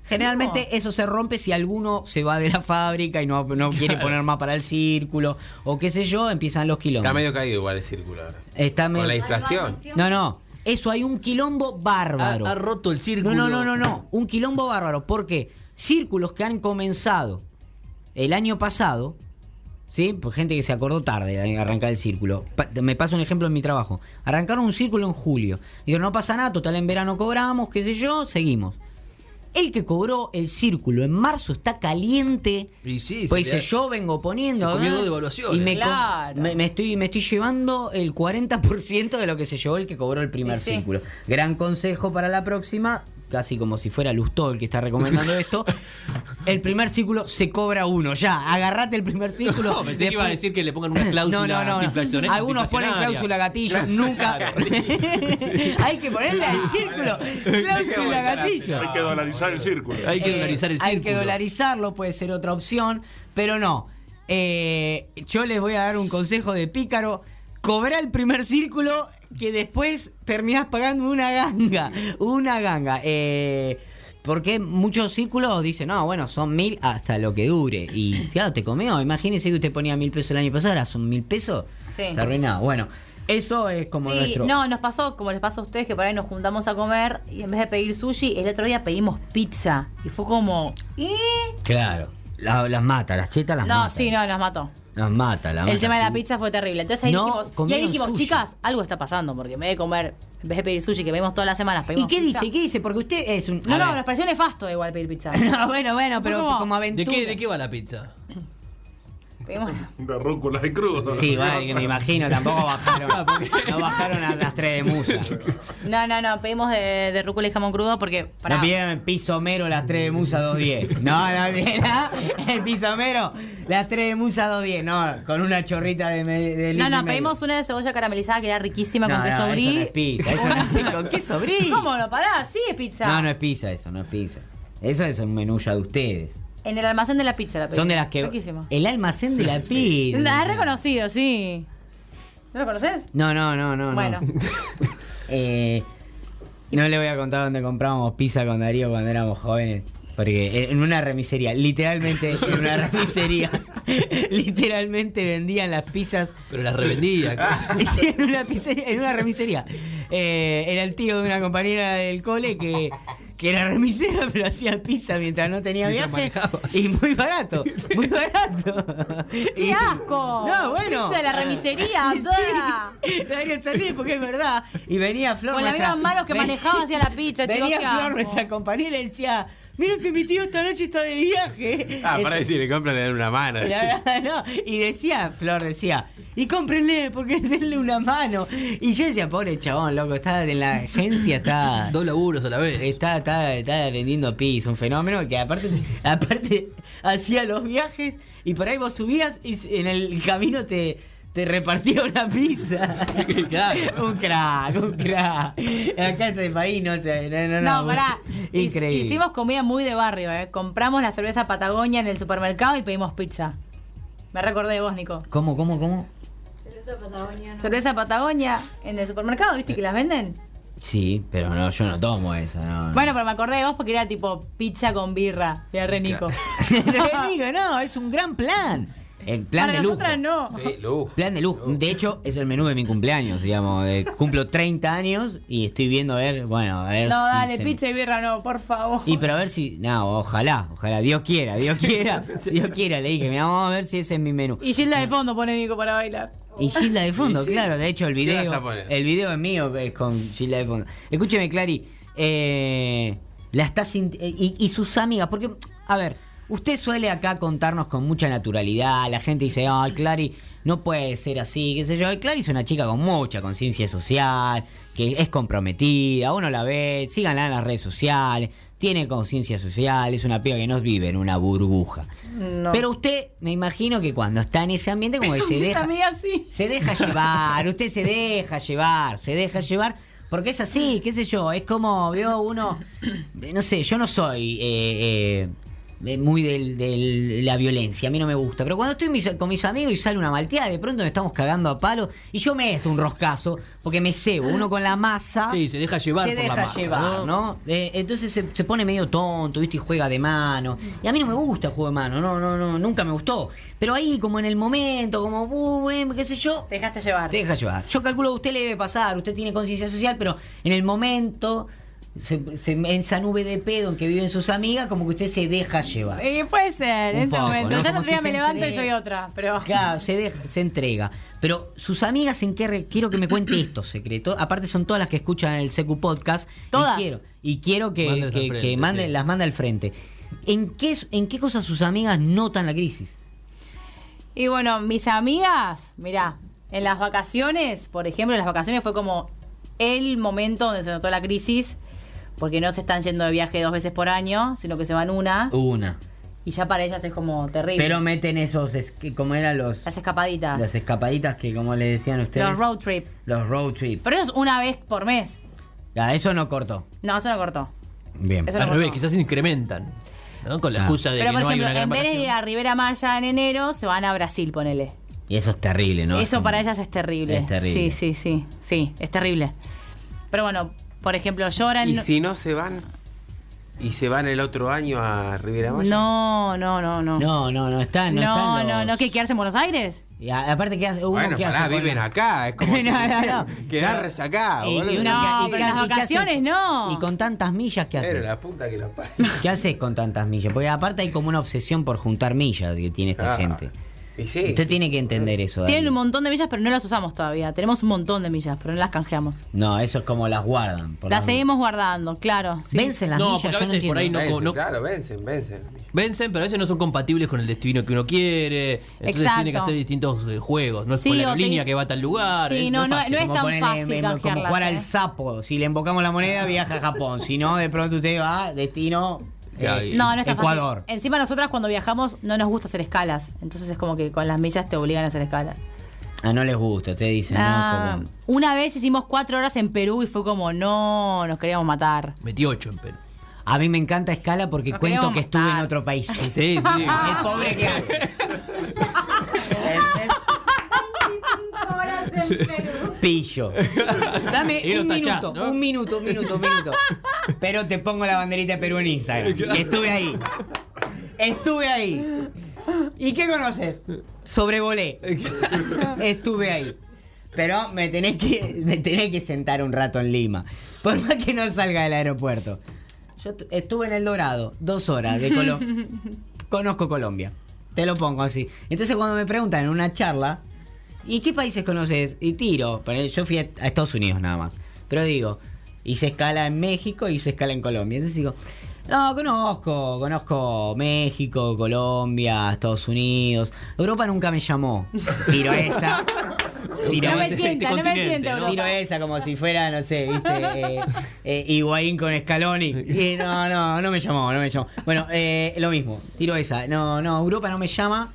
S1: Generalmente eso se rompe si alguno se va de la fábrica y no, no quiere poner más para el círculo o qué sé yo, empiezan los
S4: Está
S1: kilómetros.
S4: medio caído igual el círculo ahora.
S1: Está medio-
S4: Con la inflación.
S1: no, no. Eso hay un quilombo
S3: Ha,
S1: bárbaro.
S3: ha roto el
S1: No,
S3: círculo.
S1: no, no, no, no. Un quilombo bárbaro. Porque círculos que han comenzado el año pasado, ¿sí? Por gente que se acordó tarde de arrancar el círculo. Pa- me pasa un ejemplo en mi trabajo. Arrancaron un círculo en julio. Dijeron, no pasa nada, total en verano cobramos, qué sé yo, seguimos. El que cobró el círculo en marzo está caliente.
S3: Y sí,
S1: Pues
S3: se
S1: dice,
S3: le da-
S1: yo vengo poniendo.
S3: se comió
S1: ¿verdad?
S3: dos devaluaciones.
S1: Y me, co-
S2: Claro.
S1: me, me estoy, me estoy llevando el 40% de lo que se llevó el que cobró el primer
S2: Y sí.
S1: círculo. Gran consejo para la próxima. Casi como si fuera Lustó el que está recomendando esto. El primer círculo se cobra uno, ya. Agarrate el primer círculo.
S3: No, pensé que iba a
S1: después-
S3: decir que le pongan una
S1: no, no,
S3: cláusula
S1: no,
S3: antiinflacion-
S1: no. Algunos ponen cláusula
S3: antiinflacionaria.
S1: gatillo, nunca. Hay que ponerla al círculo. Cláusula gatillo.
S6: Hay que dolarizar el círculo.
S3: Hay que
S1: Eh,
S3: dolarizar el
S1: Hay que
S3: círculo.
S1: dolarizarlo, puede ser otra opción, pero no. Eh, yo les voy a dar un consejo de pícaro. Cobra el primer círculo que después terminás pagando una ganga. Una ganga. Eh, porque muchos círculos dicen, no, bueno, son mil hasta lo que dure. Y claro, te comió. Imagínese que usted ponía mil pesos el año pasado, ahora son mil pesos.
S2: Sí.
S1: Está arruinado. Bueno, eso es como
S2: sí,
S1: nuestro.
S2: no, nos pasó, como les pasa a ustedes, que por ahí nos juntamos a comer y en vez de pedir sushi, el otro día pedimos pizza. Y fue como.
S1: Claro. La- las mata, las chetas las
S2: no,
S1: mata.
S2: sí, no, nos mató.
S1: Las mata, las
S2: El
S1: mata.
S2: tema de la pizza fue terrible. Entonces ahí
S1: No,
S2: dijimos, y ahí
S1: comieron
S2: dijimos,
S1: sushi.
S2: chicas, algo está pasando, porque en vez de comer, en vez de pedir sushi que pedimos todas las semanas, pedimos
S1: ¿Y qué
S2: pizza.
S1: dice? ¿Qué dice? Porque usted es un.
S2: No,
S1: a
S2: no,
S1: ver.
S2: nos pareció nefasto igual pedir pizza.
S1: No, bueno, bueno, pero
S2: ¿Cómo?
S1: como
S3: ¿De
S1: aventura.
S3: qué, ¿De qué va la pizza?
S2: Pedimos-
S6: De rúcula y crudo.
S1: Sí, vale, que me imagino, tampoco bajaron.
S3: Ah,
S1: no bajaron a las tres de musa.
S2: No, no, no, pedimos de, de rúcula y jamón crudo porque. pará.
S1: No pidieron el piso mero las 3 de Musa 210. No, no, ¿verdad? El piso mero las 3 de Musa 210. No, con una chorrita de, me- de
S2: no,
S1: litro y
S2: no,
S1: medio.
S2: pedimos una de cebolla caramelizada que era riquísima
S1: No,
S2: con
S1: no,
S2: queso
S1: eso
S2: brie.
S1: no es pizza, eso no es pizza. ¿Con queso brie?
S2: ¿Cómo no? Pará, sí es pizza.
S1: No, no es pizza eso, no es pizza. Eso es un menú ya de ustedes.
S2: En el almacén de la pizza la pedimos.
S1: Son de las que. Eh,
S2: Riquísima.
S1: El almacén de la pizza.
S2: La has reconocido, sí. ¿No lo conoces?
S1: No, no, no, no. no.
S2: Bueno.
S1: Eh, no le voy a contar dónde comprábamos pizza con Darío cuando éramos jóvenes. Porque en una remisería, literalmente en una remisería, literalmente vendían las pizzas
S3: Pero las revendía.
S1: en una, pizzería- en una remisería. Eh, era el tío de una compañera del cole que, que era remisero, pero hacía pizza mientras no tenía
S3: Mientras
S1: viaje.
S3: manejaba.
S1: Y muy barato, muy barato.
S2: ¡Qué asco!
S1: No, bueno.
S2: Pizza de la remisería, toda.
S1: Sí, Darío salí porque es verdad. Y venía Flor.
S2: Con las
S1: nuestra-
S2: mismas manos que
S1: ven-
S2: manejaba hacia la pizza, chicos.
S1: Venía
S2: qué
S1: Flor,
S2: asco.
S1: nuestra compañera, y decía: Miren que mi tío esta noche está de viaje. Este,
S4: Ah, para decirle, cómprale dar una mano.
S1: La verdad, no. Y decía, Flor decía, y cómprenle, porque denle una mano. Y yo decía, pobre chabón, loco, está en la agencia, está.
S3: Dos laburos a la
S2: Este,
S3: vez.
S1: Está, está, está vendiendo pis, un fenómeno que aparte, aparte hacía los viajes y por ahí vos subías y en el camino te, te repartía una pizza.
S3: Claro.
S1: un crack, un crack. Acá en este país no sé, no, no,
S2: No,
S1: no.
S2: pará. Hic-
S1: Increíble.
S2: Hicimos comida muy de barrio, ¿eh? Compramos la cerveza Patagonia en el supermercado y pedimos pizza. Me recordé de vos, Nico.
S1: ¿Cómo, cómo, cómo?
S2: Cerveza Patagonia en el supermercado, ¿viste que las venden?
S1: Sí, pero no, yo no tomo eso, no. no.
S2: Bueno, pero me acordé de vos porque era tipo pizza con birra. Era re Nico.
S1: Pero digo, no, es un gran plan. El plan
S2: Para
S1: de lujo.
S2: nosotras no.
S4: Sí, lujo.
S1: Plan de lujo. De hecho, es el menú de mi cumpleaños, digamos. Eh, cumplo 30 años y estoy viendo a ver, bueno, a ver.
S2: No,
S1: si
S2: dale,
S1: se-
S2: pizza y birra no, por favor.
S1: Y pero a ver si. No, ojalá, ojalá. Dios quiera, Dios quiera. Dios quiera, le dije, mira, vamos a ver si ese es mi menú.
S2: Y Gilda de fondo pone Nico para bailar.
S1: Y Gilda de fondo, claro. De hecho, el
S4: ¿Qué
S1: video.
S4: vas a poner?
S1: El video es mío es con Gilda de fondo. Escúcheme, Clary. eh, La está sinti- eh, y, y sus amigas, porque, a ver, usted suele acá contarnos con mucha naturalidad, la gente dice, ay, Clary, no puede ser así, qué sé yo. Y Clary es una chica con mucha conciencia social, que es comprometida, uno la ve, síganla en las redes sociales, tiene conciencia social, es una piba que no vive en una burbuja.
S2: No.
S1: Pero usted, me imagino que cuando está en ese ambiente, como que se
S2: Mis
S1: deja...
S2: amigas sí.
S1: Se deja llevar, usted se deja llevar, se deja llevar, porque es así, qué sé yo, es como veo uno, no sé, yo no soy eh, eh, eh, muy del- de la violencia, a mí no me gusta, pero cuando estoy mis- con mis amigos y sale una malteada, de pronto nos estamos cagando a palo y yo me esto un roscazo, porque me cebo, uno con la masa.
S3: Sí, se deja llevar
S1: Se
S3: por la
S1: deja
S3: masa,
S1: llevar, ¿no?
S3: ¿no?
S1: Eh, entonces se, se pone medio tonto, ¿viste? Y juega de mano. Y a mí no me gusta el juego de mano, no, no, no, nunca me gustó. Pero ahí, como en el momento, como, uh, eh, qué sé yo,
S2: Te dejaste llevar.
S1: te deja llevar. Yo calculo que a usted le debe pasar, usted tiene conciencia social, pero en el momento, se, se- en esa nube de pedo en que viven sus amigas, como que usted se deja llevar.
S2: Y Eh, puede ser,
S1: Un
S2: en ese
S1: poco,
S2: momento.
S1: ¿no?
S2: Yo
S1: Como
S2: no
S1: que
S2: me
S1: se
S2: levanto y
S1: entrega.
S2: soy otra. Pero.
S1: Claro, se, deja, se entrega. Pero sus amigas en qué re- quiero que me cuente esto secreto. Aparte son todas las que escuchan el CQ Podcast.
S2: Todas.
S1: Y quiero, y quiero que,
S3: Mándenlas
S1: que-
S3: al frente,
S1: que manden-
S3: sí.
S1: las mande al frente. ¿En qué, ¿En qué cosas sus amigas notan la crisis?
S2: Y bueno, mis amigas, mirá, en las vacaciones, por ejemplo, en las vacaciones fue como el momento donde se notó la crisis, porque no se están yendo de viaje dos veces por año, sino que se van una,
S1: Una.
S2: y ya para ellas es como terrible.
S1: Uh. Pero meten esos, es- que- como eran los,
S2: las escapaditas,
S1: las escapaditas que como le decían ustedes.
S2: los road trip.
S1: Los road trip.
S2: Pero eso es una vez por mes.
S1: Ya, eso no cortó.
S2: No, eso no cortó.
S1: Bien.
S2: Eso no
S3: Al revés,
S2: cortó.
S3: quizás se incrementan. ¿no? Con la
S1: Ah.
S3: excusa de
S2: Pero
S3: que
S2: por
S3: no hay
S2: ejemplo,
S3: una gran
S2: en vez de ir
S3: vacación.
S2: a Rivera Maya en enero, se van a Brasil, ponele.
S1: Y eso es terrible, ¿no? Es
S2: Eso
S1: como-
S2: para ellas es terrible.
S1: Es terrible.
S2: Sí, sí, sí. Sí, es terrible. Pero bueno, por ejemplo, lloran.
S4: ¿Y si no se van? ¿Y se van el otro año a Rivera Maya?
S2: No, no, no, no.
S1: No,
S2: No,
S1: no, no están, no,
S2: no,
S1: están
S2: no,
S1: los-
S2: que quedarse en Buenos Aires.
S1: Y a- aparte que hace uno
S4: Bueno,
S1: que hace
S4: pará,
S1: con
S4: viven
S1: la-
S4: acá. Es como
S1: No,
S4: si
S1: no, no. Eh,
S4: quedarse acá,
S1: Y- y
S4: boludo.
S1: una-
S2: No,
S1: y-
S2: pero
S1: y-
S2: las
S1: y qué haces-
S2: vacaciones no.
S1: Y con tantas millas que
S4: Era
S1: haces.
S4: la puta que la parió.
S1: ¿Qué haces con tantas millas? Porque aparte hay como una obsesión por juntar millas que tiene esta
S4: Ah,
S1: gente.
S4: Y sí.
S1: Usted tiene que entender eso. Dani.
S2: Tienen un montón de millas, pero no las usamos todavía. Tenemos un montón de millas, pero no las canjeamos.
S1: No, eso es como las guardan. por
S2: las
S1: las-
S2: seguimos guardando, claro. sí.
S1: Vencen las
S3: No,
S1: millas.
S3: porque a
S1: yo no
S3: veces por
S1: entiendo.
S3: ahí no-
S4: Vencen,
S3: no-
S4: Claro, vencen, vencen.
S3: Vencen, pero a veces no son compatibles con el destino que uno quiere. Entonces
S2: Exacto.
S3: tiene que hacer distintos eh, juegos. No es
S2: Sí,
S3: por
S2: o
S3: la
S2: te
S3: aerolínea
S2: dice-
S3: que va a tal lugar.
S2: Sí,
S3: eh,
S2: no,
S3: es fácil.
S2: no es tan
S1: ponerle-
S2: fácil
S1: como
S2: canjearlas,
S1: jugar al
S2: eh.
S1: sapo. Si le invocamos la moneda, viaja a Japón. Si no, de pronto usted va, destino.
S3: Claro,
S1: eh,
S3: y-
S2: No, no está
S1: Ecuador.
S2: fácil. Encima nosotras cuando viajamos no nos gusta hacer escalas. Entonces es como que con las millas te obligan a hacer escalas.
S1: Ah, no les gusta. Usted dice,
S2: Ah,
S1: no, como-
S2: una vez hicimos cuatro horas en Perú y fue como, no, nos queríamos matar.
S3: Metí ocho en Perú.
S1: A mí me encanta escala porque
S2: Nos
S1: cuento
S2: queríamos
S1: que estuve en
S2: matar.
S1: otro país.
S3: Sí, sí.
S1: El pobre que hace.
S5: Horas en Perú.
S1: Pillo. Dame
S3: Y lo
S1: un
S3: tachás,
S1: minuto,
S3: ¿no?
S1: un minuto, un minuto, un minuto. Pero te pongo la banderita de Perú en Instagram. Y Estuve ahí. Estuve ahí. ¿Y qué conoces? Sobrevolé. Estuve ahí. Pero me tenés que, me tenés que sentar un rato en Lima. Por más que no salga del aeropuerto. Yo tu- estuve en El Dorado, dos horas de Colombia. Conozco Colombia. Te lo pongo así. Entonces cuando me preguntan en una charla, ¿y qué países conoces? Y tiro. ponele, Yo fui a a Estados Unidos nada más. Pero digo, hice escala en México y hice escala en Colombia. Entonces digo, no, conozco, conozco México, Colombia, Estados Unidos. Europa nunca me llamó. Tiro esa. Tiro
S2: No me
S1: esa.
S2: tienta, no me
S3: continente,
S2: tienta,
S3: ¿no?
S2: Europa.
S1: Tiro esa como si fuera, no sé, viste, eh, eh, Higuaín con Scaloni. Y no, no, no me llamó, no me llamó. Bueno, eh, lo mismo, tiro esa. No, no, Europa no me llama.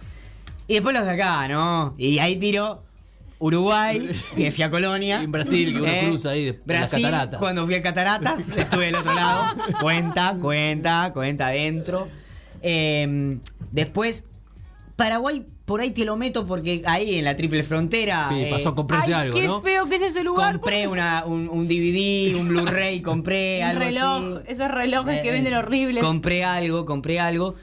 S1: Y después los de acá, ¿no? Y ahí tiro Uruguay, que fui a Colonia. Eh,
S3: Y en Brasil, que uno cruza ahí de-
S1: Brasil,
S3: las cataratas.
S1: cuando fui a Cataratas, estuve del otro lado. Cuenta, cuenta, cuenta adentro. Eh, después, Paraguay, por ahí te lo meto porque ahí en la triple frontera.
S3: Sí,
S1: eh,
S3: pasó a comprarse algo,
S2: qué
S3: ¿no?
S2: feo que es ese lugar. pues.
S1: Compré una, un, un DVD, un Blu-ray, compré
S2: Un
S1: algo.
S2: reloj,
S1: así.
S2: esos relojes que
S1: Eh,
S2: venden horribles.
S1: Compré algo, compré algo.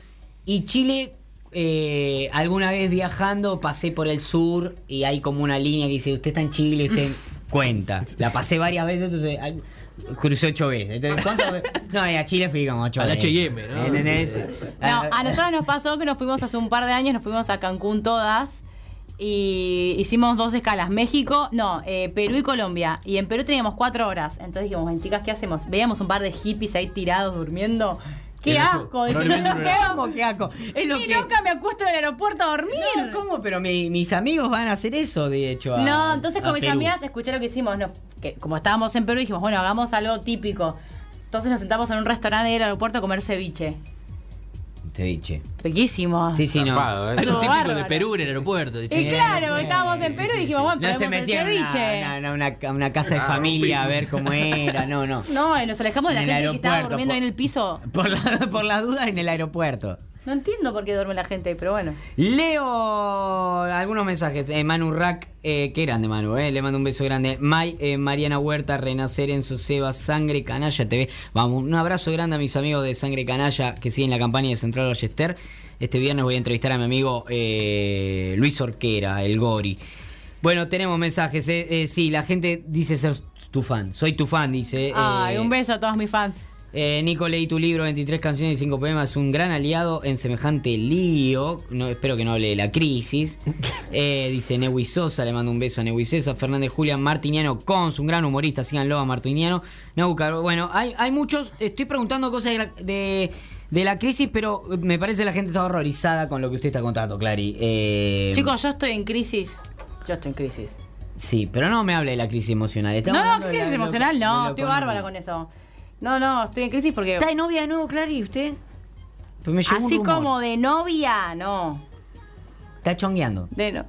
S1: Y Chile, eh, alguna vez viajando, pasé por el sur y hay como una línea que dice: Usted está en Chile, usted en- cuenta. La pasé varias veces, entonces. ay, Crucé ocho veces. Entonces, ¿cuántas veces? No, y a Chile fui como ocho
S3: Al
S1: veces.
S3: H&M, ¿no?
S1: ¿Entendés? Eh,
S2: No, a nosotros nos pasó que nos fuimos hace un par de años, nos fuimos a Cancún todas. y hicimos dos escalas, México, no, eh, Perú y Colombia. Y en Perú teníamos cuatro horas. Entonces dijimos, bueno, chicas, ¿qué hacemos? Veíamos un par de hippies ahí tirados durmiendo. ¡Qué
S3: Era eso,
S2: asco! Dijimos,
S3: probablemente
S2: ¿qué
S3: no era-
S2: vamos?
S1: ¿Cómo que asco? Es lo
S2: Y
S1: que.
S2: nunca me acuesto en el aeropuerto a dormir.
S1: No, ¿Cómo? Pero mi- mis amigos van a hacer eso, de hecho. a-
S2: No, entonces
S1: a
S2: con mis
S1: Perú.
S2: amigas escuché lo que hicimos. no, que como estábamos en Perú, dijimos, bueno, hagamos algo típico. Entonces nos sentamos en un restaurante del aeropuerto a comer ceviche.
S1: Ceviche.
S2: Riquísimo.
S1: Sí, sí, no.
S4: Zarpado, ¿eh?
S3: Algo
S2: Eso,
S3: típico de
S2: bárbaro.
S3: Perú en el aeropuerto.
S2: Y
S3: dije,
S2: claro,
S1: eh,
S2: estábamos en Perú y dijimos, bueno,
S1: No se
S2: probemos el
S1: metieron a
S2: ceviche.
S1: una, una- una ca- una casa de familia a ver cómo era, no, no.
S2: No, y nos alejamos de la
S1: En el
S2: gente que estaba
S1: aeropuerto,
S2: durmiendo
S1: por-
S2: ahí en el piso.
S1: Por, la- por las dudas en el aeropuerto.
S2: No entiendo por qué duerme la gente, pero bueno.
S1: Leo algunos mensajes. Eh, Manu Rack, eh, que grande Manu, eh, le mando un beso grande. May, eh, Mariana Huerta, Renacer en su Seba, Sangre Canalla TV. Vamos, un abrazo grande a mis amigos de Sangre Canalla que siguen la campaña de Central Ballester. Este viernes voy a entrevistar a mi amigo eh, Luis Orquera, el Gori. Bueno, tenemos mensajes. eh, eh, sí, la gente dice ser tu fan. Soy tu fan, dice. eh,
S2: Ay, un beso a todos mis fans.
S1: eh, Nico, leí tu libro, 23 canciones y 5 poemas. Un gran aliado en semejante lío. No, espero que no hable de la crisis. Eh, dice Newi Sosa, le mando un beso a Newi Sosa. Fernández Julián Martiniano Cons, un gran humorista. Síganlo a Martiniano. Naucar, bueno, hay, hay muchos. Estoy preguntando cosas de la, de- de la crisis, pero me parece que la gente está horrorizada con lo que usted está contando, Clary. Eh,
S2: Chicos, yo estoy en crisis. Yo estoy en crisis.
S1: Sí, pero no me hable de la crisis emocional. Estamos
S2: No, no,
S1: hablando de
S2: crisis
S1: la- de lo-
S2: emocional,
S1: de
S2: no.
S1: lo
S2: Estoy
S1: económico.
S2: bárbara con eso. No, no, estoy en crisis porque...
S1: ¿Está de novia de nuevo, Clary, usted? Pues me llegó un
S2: Así
S1: rumor.
S2: como de novia, no.
S1: Está chongueando.
S2: De no.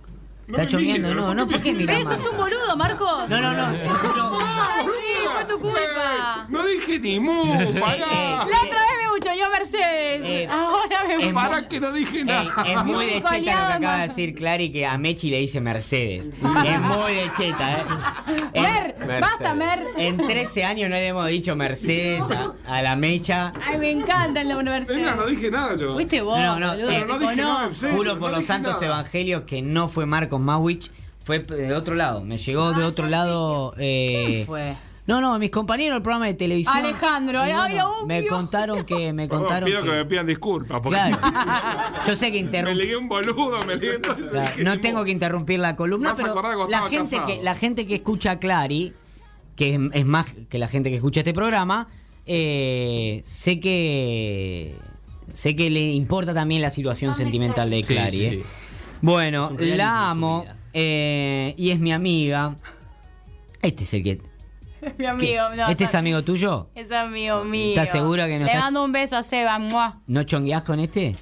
S1: Está chongueando, no, no, ¿por qué mira
S2: Eso es un boludo, Marcos.
S1: No, no, no, te juro.
S2: Ay, Ah, sí, fue tu culpa.
S6: No dije ni mu, pará.
S2: La otra vez me buchoneó Mercedes.
S1: Eh,
S2: Ahora me
S1: es
S2: buchoneó.
S6: Pará que no dije
S1: Ey,
S6: nada.
S1: Eh, es muy de cheta lo que
S2: Goleada,
S1: acaba de
S2: ma.
S1: decir Clary que a Mechi le dice Mercedes. Es muy de cheta, ¿eh? En-
S2: Mer,
S4: Mercedes.
S2: basta, Mer.
S1: En 13 años no le hemos dicho Mercedes a, a la Mecha.
S2: Ay, me encanta el nombre Mercedes.
S6: Venga, no dije nada yo.
S2: Fuiste vos,
S1: No, no,
S2: boludo,
S1: eh,
S2: te
S1: no
S6: dije nada, en
S2: conozco.
S6: serio,
S1: Juro
S6: no
S1: por los
S6: dije
S1: santos
S6: nada.
S1: evangelios que no fue Marcos Mawich, fue de otro lado. Me llegó de otro lado. eh,
S2: Ah, ¿Quién fue?
S1: No, no, mis compañeros del programa de televisión.
S2: Alejandro,
S1: Y
S2: ay, obvio.
S1: Me contaron que. Me
S6: Perdón,
S1: contaron
S6: pido que... me
S1: que-
S6: pidan disculpas. Porque
S1: Claro. Yo sé que
S6: Me
S1: interrumpí.
S6: ligué un boludo, me ligué todo.
S1: Claro, no tengo que interrumpir la columna,
S6: Vas a
S1: pero
S6: acordar cuando
S1: la
S6: estaba
S1: gente,
S6: casado.
S1: que, la gente que escucha a Clary, que es, es más que la gente que escucha este programa, eh, sé que sé que le importa también la situación
S5: Hombre,
S1: sentimental de
S3: Sí,
S1: Clary.
S3: sí.
S1: eh. Bueno,
S3: Es un reality
S1: la
S3: su
S1: amo
S3: vida.
S1: eh, y es mi amiga. Este es el que...
S2: Es mi amigo,
S1: que-
S2: no.
S1: ¿Este es amigo tuyo?
S2: Es amigo mío.
S1: ¿Estás segura que no
S2: Le
S1: estás-
S2: mando un beso a Seba, muah.
S1: ¿No chongueás con este?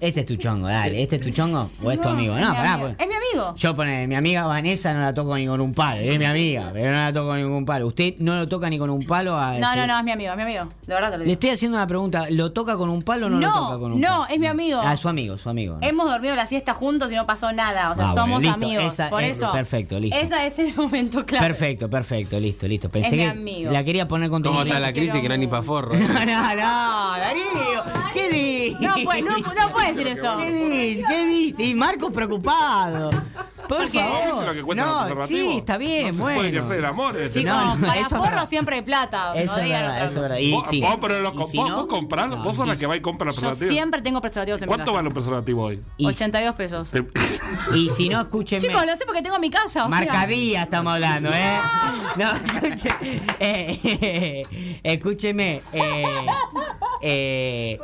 S1: Este es tu chongo, dale. ¿Este es tu chongo o es tu amigo?
S2: es
S1: No,
S2: mi
S1: pará.
S2: amigo.
S1: pues.
S2: Es mi amigo.
S1: Yo poner, mi amiga Vanessa no la toco ni con un palo, es mi amiga, pero no la toco ni con un palo. Usted no lo toca ni con un palo a.
S2: No, no, no, es mi amigo, es mi amigo. De verdad te lo
S1: Le
S2: digo.
S1: estoy haciendo una pregunta, ¿lo toca con un palo o no, lo
S2: No,
S1: toca con un
S2: no,
S1: palo?
S2: es mi amigo.
S1: Ah, su amigo, su amigo. ¿no?
S2: Hemos dormido la siesta juntos y no pasó nada. O sea,
S1: Ah, bueno,
S2: somos
S1: listo,
S2: amigos.
S1: esa
S2: por
S1: es-
S2: eso.
S1: perfecto, listo.
S2: Ese es el momento claro.
S1: Perfecto, perfecto, listo, listo.
S2: Es
S1: Pensé
S2: mi
S1: que
S2: amigo.
S1: la quería poner con tu
S4: ¿Cómo
S1: nombre.
S4: está la
S2: quiero
S4: crisis que no es ni pa'
S2: mucho.
S4: forro?
S1: No,
S4: eh?
S1: no, no, Darío, ¿qué di?
S2: No, pues, no, no puede decir eso.
S1: ¿Qué di? ¿Qué di? Y Marcos preocupado. Por
S2: Porque-
S6: ¿Viste lo que
S1: favor.
S6: cuestan los
S1: No,
S6: preservativos?
S1: sí, está bien,
S6: No se
S1: bueno.
S6: Puede que hacer amor. este.
S2: Chicos,
S1: No, no,
S2: para
S1: eso es
S2: forro
S1: verdad.
S2: siempre hay plata.
S1: Eso
S2: no
S1: es
S2: digan
S1: verdad,
S2: otra
S1: eso es
S2: cosa.
S1: verdad. Y
S6: vos,
S1: sí.
S6: vos, pero lo,
S1: Y
S6: vos,
S1: si no-
S6: vos comprás,
S1: No,
S6: vos sos
S1: y
S6: la que
S1: si-
S6: va y compra los
S2: Yo
S6: preservativos.
S2: siempre tengo preservativos en
S6: ¿Cuánto
S2: mi
S6: van los preservativos hoy?
S1: Y-
S2: casa. 82 pesos.
S6: Te-
S1: Y si no, escúchenme.
S2: Chicos, lo sé porque tengo en mi casa. O sea,
S1: Marcadía estamos hablando, ¿eh? No, escuche, eh, eh, eh, escúcheme. eh, eh,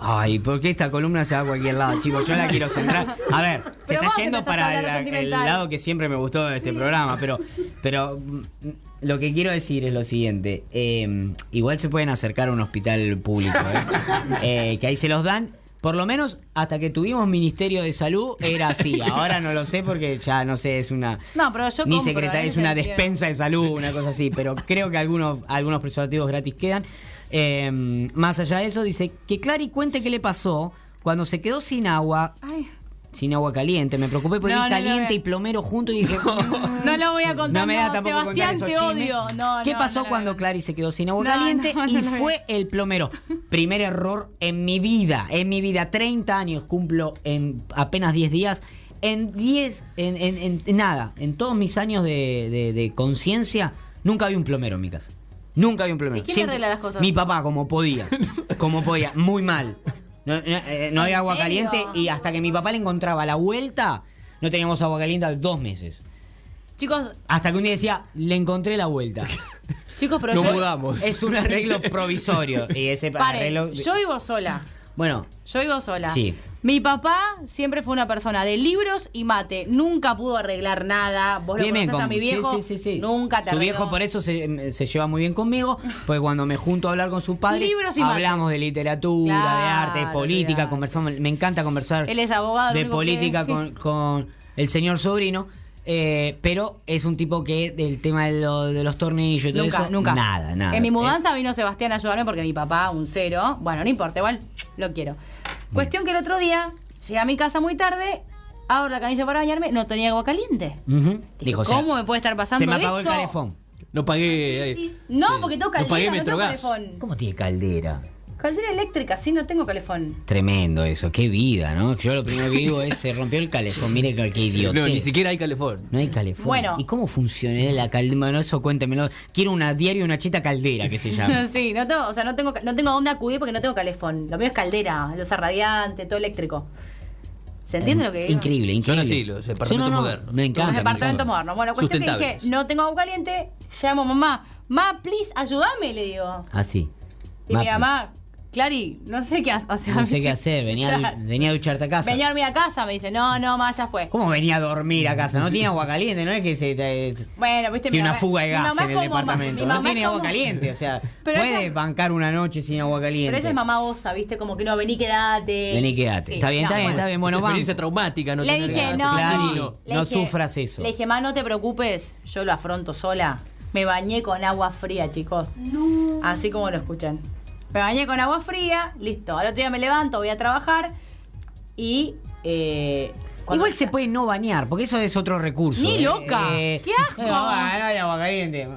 S1: Ay, ¿por qué esta columna se va a cualquier lado, chicos? Yo la quiero centrar. A ver, se
S2: Pero
S1: está
S2: vos
S1: yendo
S2: empezaste a
S1: para
S2: hablar de
S1: el, el
S2: sentimental.
S1: lado que siempre me gustó de este programa, pero, pero mm, lo que quiero decir es lo siguiente. eh, igual se pueden acercar a un hospital público, ¿eh? Eh, que ahí se los dan. Por lo menos hasta que tuvimos Ministerio de Salud era así. Ahora no lo sé porque ya no sé, es una...
S2: No, pero yo
S1: Ni
S2: compro,
S1: secretaria,
S2: en
S1: es
S2: ese
S1: una
S2: sentido.
S1: despensa de salud, una cosa así, pero creo que algunos, algunos preservativos gratis quedan. Eh, más allá de eso, dice que Clary cuente qué le pasó cuando se quedó sin agua,
S2: Ay,
S1: sin agua caliente. Me preocupé porque
S2: No,
S1: vi
S2: no lo
S1: caliente
S2: veo.
S1: y plomero juntos y dije,
S2: No lo voy a contar.
S1: no me da tampoco contar
S2: Sebastián,
S1: esos
S2: te
S1: chismes.
S2: odio. No,
S1: ¿Qué
S2: no,
S1: pasó
S2: no lo
S1: cuando
S2: veo.
S1: Clary se quedó sin agua
S2: No,
S1: caliente
S2: no, no
S1: y
S2: lo veo.
S1: fue el plomero? Primer error en mi vida, en mi vida, 30 años cumplo en apenas 10 días. En 10, en, en- en- en nada, en todos mis años de, de- de conciencia, nunca vi un plomero en mi casa. Nunca vi un plomero.
S2: ¿Y quién
S1: Siempre-
S2: arregla las cosas?
S1: Mi papá, como podía. como podía, muy mal. No, no, eh, no
S2: ¿En
S1: había agua
S2: serio?
S1: caliente y hasta que mi papá le encontraba la vuelta, no teníamos agua caliente hace dos meses.
S2: Chicos,
S1: Hasta que un día decía, le encontré la vuelta.
S2: chicos, pero
S3: Nos
S2: yo.
S3: mudamos.
S1: es un arreglo provisorio. Y ese
S2: Paren,
S1: arreglo.
S2: yo vivo sola.
S1: Bueno,
S2: Yo vivo sola.
S1: Sí.
S2: Mi papá siempre fue una persona de libros y mate. Nunca pudo arreglar nada. Vos
S1: bien,
S2: lo
S1: bien
S2: conocés
S1: con
S2: a mi viejo.
S1: Sí, sí, sí, sí.
S2: Nunca te
S1: Su
S2: arregló.
S1: viejo por eso se, se lleva muy bien conmigo, porque cuando me junto a hablar con su padre,
S2: Libros y mate.
S1: hablamos de literatura, de arte, de
S2: Claro,
S1: política,
S2: olvidate.
S1: conversamos, me encanta conversar
S2: Él es abogado. lo
S1: de
S2: único que-
S1: política
S2: sí.
S1: con, con el señor sobrino. eh, pero es un tipo que del tema de, lo- de los tornillos y todo
S2: Nunca,
S1: eso,
S2: nunca.
S1: nada, nada.
S2: En mi
S1: Eh,
S2: mudanza vino Sebastián a ayudarme porque mi papá, un cero. Bueno, no importa, igual lo quiero. Cuestión que el otro día llegué a mi casa muy tarde, abro la canilla para bañarme, no tenía agua caliente.
S1: ujú,
S2: Dije,
S1: dijo, o sea,
S2: ¿cómo me puede estar
S1: se
S2: pasando
S1: me apagó
S2: esto?
S1: el calefón.
S3: No pagué. eh,
S2: No,
S3: sí.
S2: porque tengo
S3: No
S2: caldera, no,
S3: pagué
S2: tengo
S3: Metrogas.
S2: calefón.
S1: ¿Cómo tiene caldera?
S2: Caldera eléctrica, sí, no tengo calefón.
S1: Tremendo eso, qué vida, ¿no? Yo lo primero que digo es se rompió el calefón, mire qué qué idiotez.
S3: no, ni siquiera hay calefón.
S1: No hay calefón.
S2: Bueno.
S1: ¿Y cómo funcionaría la caldera? Bueno, eso cuéntemelo. Quiero una diario y una cheta caldera que se llama.
S2: sí, no tengo, o sea, no tengo, no tengo a dónde acudir porque no tengo calefón. Lo mío es caldera, losa radiante, todo eléctrico. ¿Se entiende lo que digo?
S1: Increíble, increíble.
S3: Son así los departamentos
S1: Sí, no, no,
S3: modernos.
S1: Me encanta.
S2: Los
S1: me encanta.
S2: departamentos modernos. Bueno, cuestión que dije,
S3: Sustentables.
S2: no tengo agua caliente, llamo a mamá. Ma, please, ayúdame, le digo.
S1: Así.
S2: Y mi
S1: Maples.
S2: mamá, Clary, no sé qué hacer. O sea,
S1: No sé qué hacer, venía, a
S2: Claro.
S1: du- venía a ducharte a casa.
S2: Venía a dormir a casa, me dice, no, no, ma, ya fue.
S1: ¿Cómo venía a dormir a casa? No tiene agua caliente, ¿no? Es que se. te-
S2: Bueno, viste,
S1: tiene
S2: mi
S1: una
S2: mamá-
S1: fuga de
S2: mi
S1: gas
S2: mamá
S1: en el
S2: es como ma-
S1: departamento.
S2: mi
S1: No
S2: mamá
S1: tiene
S2: es
S1: agua
S2: como-
S1: caliente, o sea,
S2: Pero
S1: puede
S2: ella-
S1: bancar una noche sin agua caliente.
S2: Pero ella es mamá osa, viste, como que no, vení, quedate.
S1: Vení, quédate.
S2: Sí,
S1: está bien,
S2: no,
S1: está bien,
S2: bueno.
S1: está bien.
S3: Bueno,
S1: Bueno, vamos.
S3: experiencia traumática, no
S2: le
S3: tener
S2: dije,
S3: gato,
S2: no,
S1: Claro,
S3: casino.
S2: le
S1: no
S2: dije-
S1: sufras eso.
S2: Le dije, ma, no te preocupes, yo lo afronto sola. Me bañé con agua fría, chicos.
S5: No.
S2: Así como lo escuchan. Me bañé con agua fría, listo. Al otro día me levanto, voy a trabajar y... eh, cuando-
S1: Igual se puede no bañar, porque eso es otro recurso. ¿eh?
S2: Ni loca. ¡Qué asco!
S1: No, no hay agua caliente.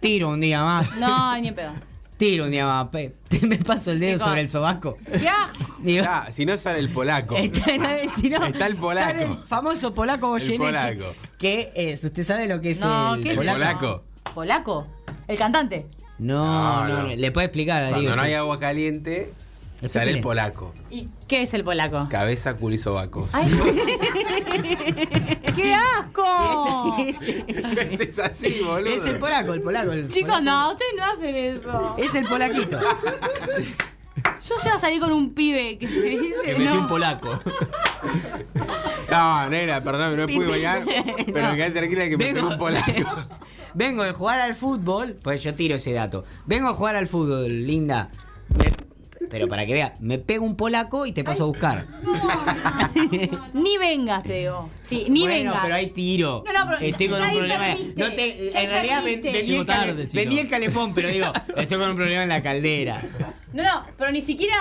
S1: Tiro un día más.
S2: No, ni en pedo.
S1: Tiro un día más. Pe- Me paso el dedo
S2: Chicos.
S1: sobre el sobaco.
S2: ¡Qué asco!
S1: Digo,
S4: Ah, si no sale el polaco.
S1: Está, en- si no,
S4: Está el polaco.
S1: sale el famoso polaco Goyeneche.
S4: polaco.
S1: Que es, usted sabe lo que es
S2: No,
S1: el
S2: ¿qué es
S4: ¿El
S2: eso?
S4: polaco?
S2: ¿Polaco? ¿El cantante?
S1: No, no,
S4: No, no.
S1: no, le puede explicar. digo,
S4: Cuando no hay
S1: que-
S4: agua caliente,
S1: Explíquele.
S4: sale el polaco.
S2: ¿Y qué es el polaco?
S4: Cabeza, culo y sobaco.
S2: ¡Ay! ¡Qué asco!
S4: es así, boludo.
S1: Es el polaco, el polaco. el
S2: Chicos,
S1: polaco.
S2: no, ustedes no hacen eso.
S1: Es el polaquito.
S2: Yo ya salí con un pibe que me dice.
S3: Que metió
S2: no.
S3: un polaco.
S4: No, nena, perdóname, no me pude bañar. Pero quedé tranquila que me pegó un polaco.
S1: vengo de jugar al fútbol, pues yo tiro ese dato. Vengo a jugar al fútbol, linda. Me- pero para que vea, me pego un polaco y te paso a buscar.
S2: Ni vengas, te digo. Sí, ni
S1: bueno,
S2: vengas.
S1: pero hay tiro.
S2: No, no, pero
S1: estoy
S2: ya-
S1: con
S2: ya
S1: un
S2: ahí
S1: problema. de-
S2: perdiste,
S1: no te-
S2: ya
S1: en
S2: ahí
S1: realidad ven-
S2: perdiste.
S1: vendí, el,
S3: Llego
S1: cale-
S3: tarde, si
S1: vendí
S3: no.
S1: el calefón, pero digo, estoy con un problema en la caldera.
S2: No, no, pero ni siquiera,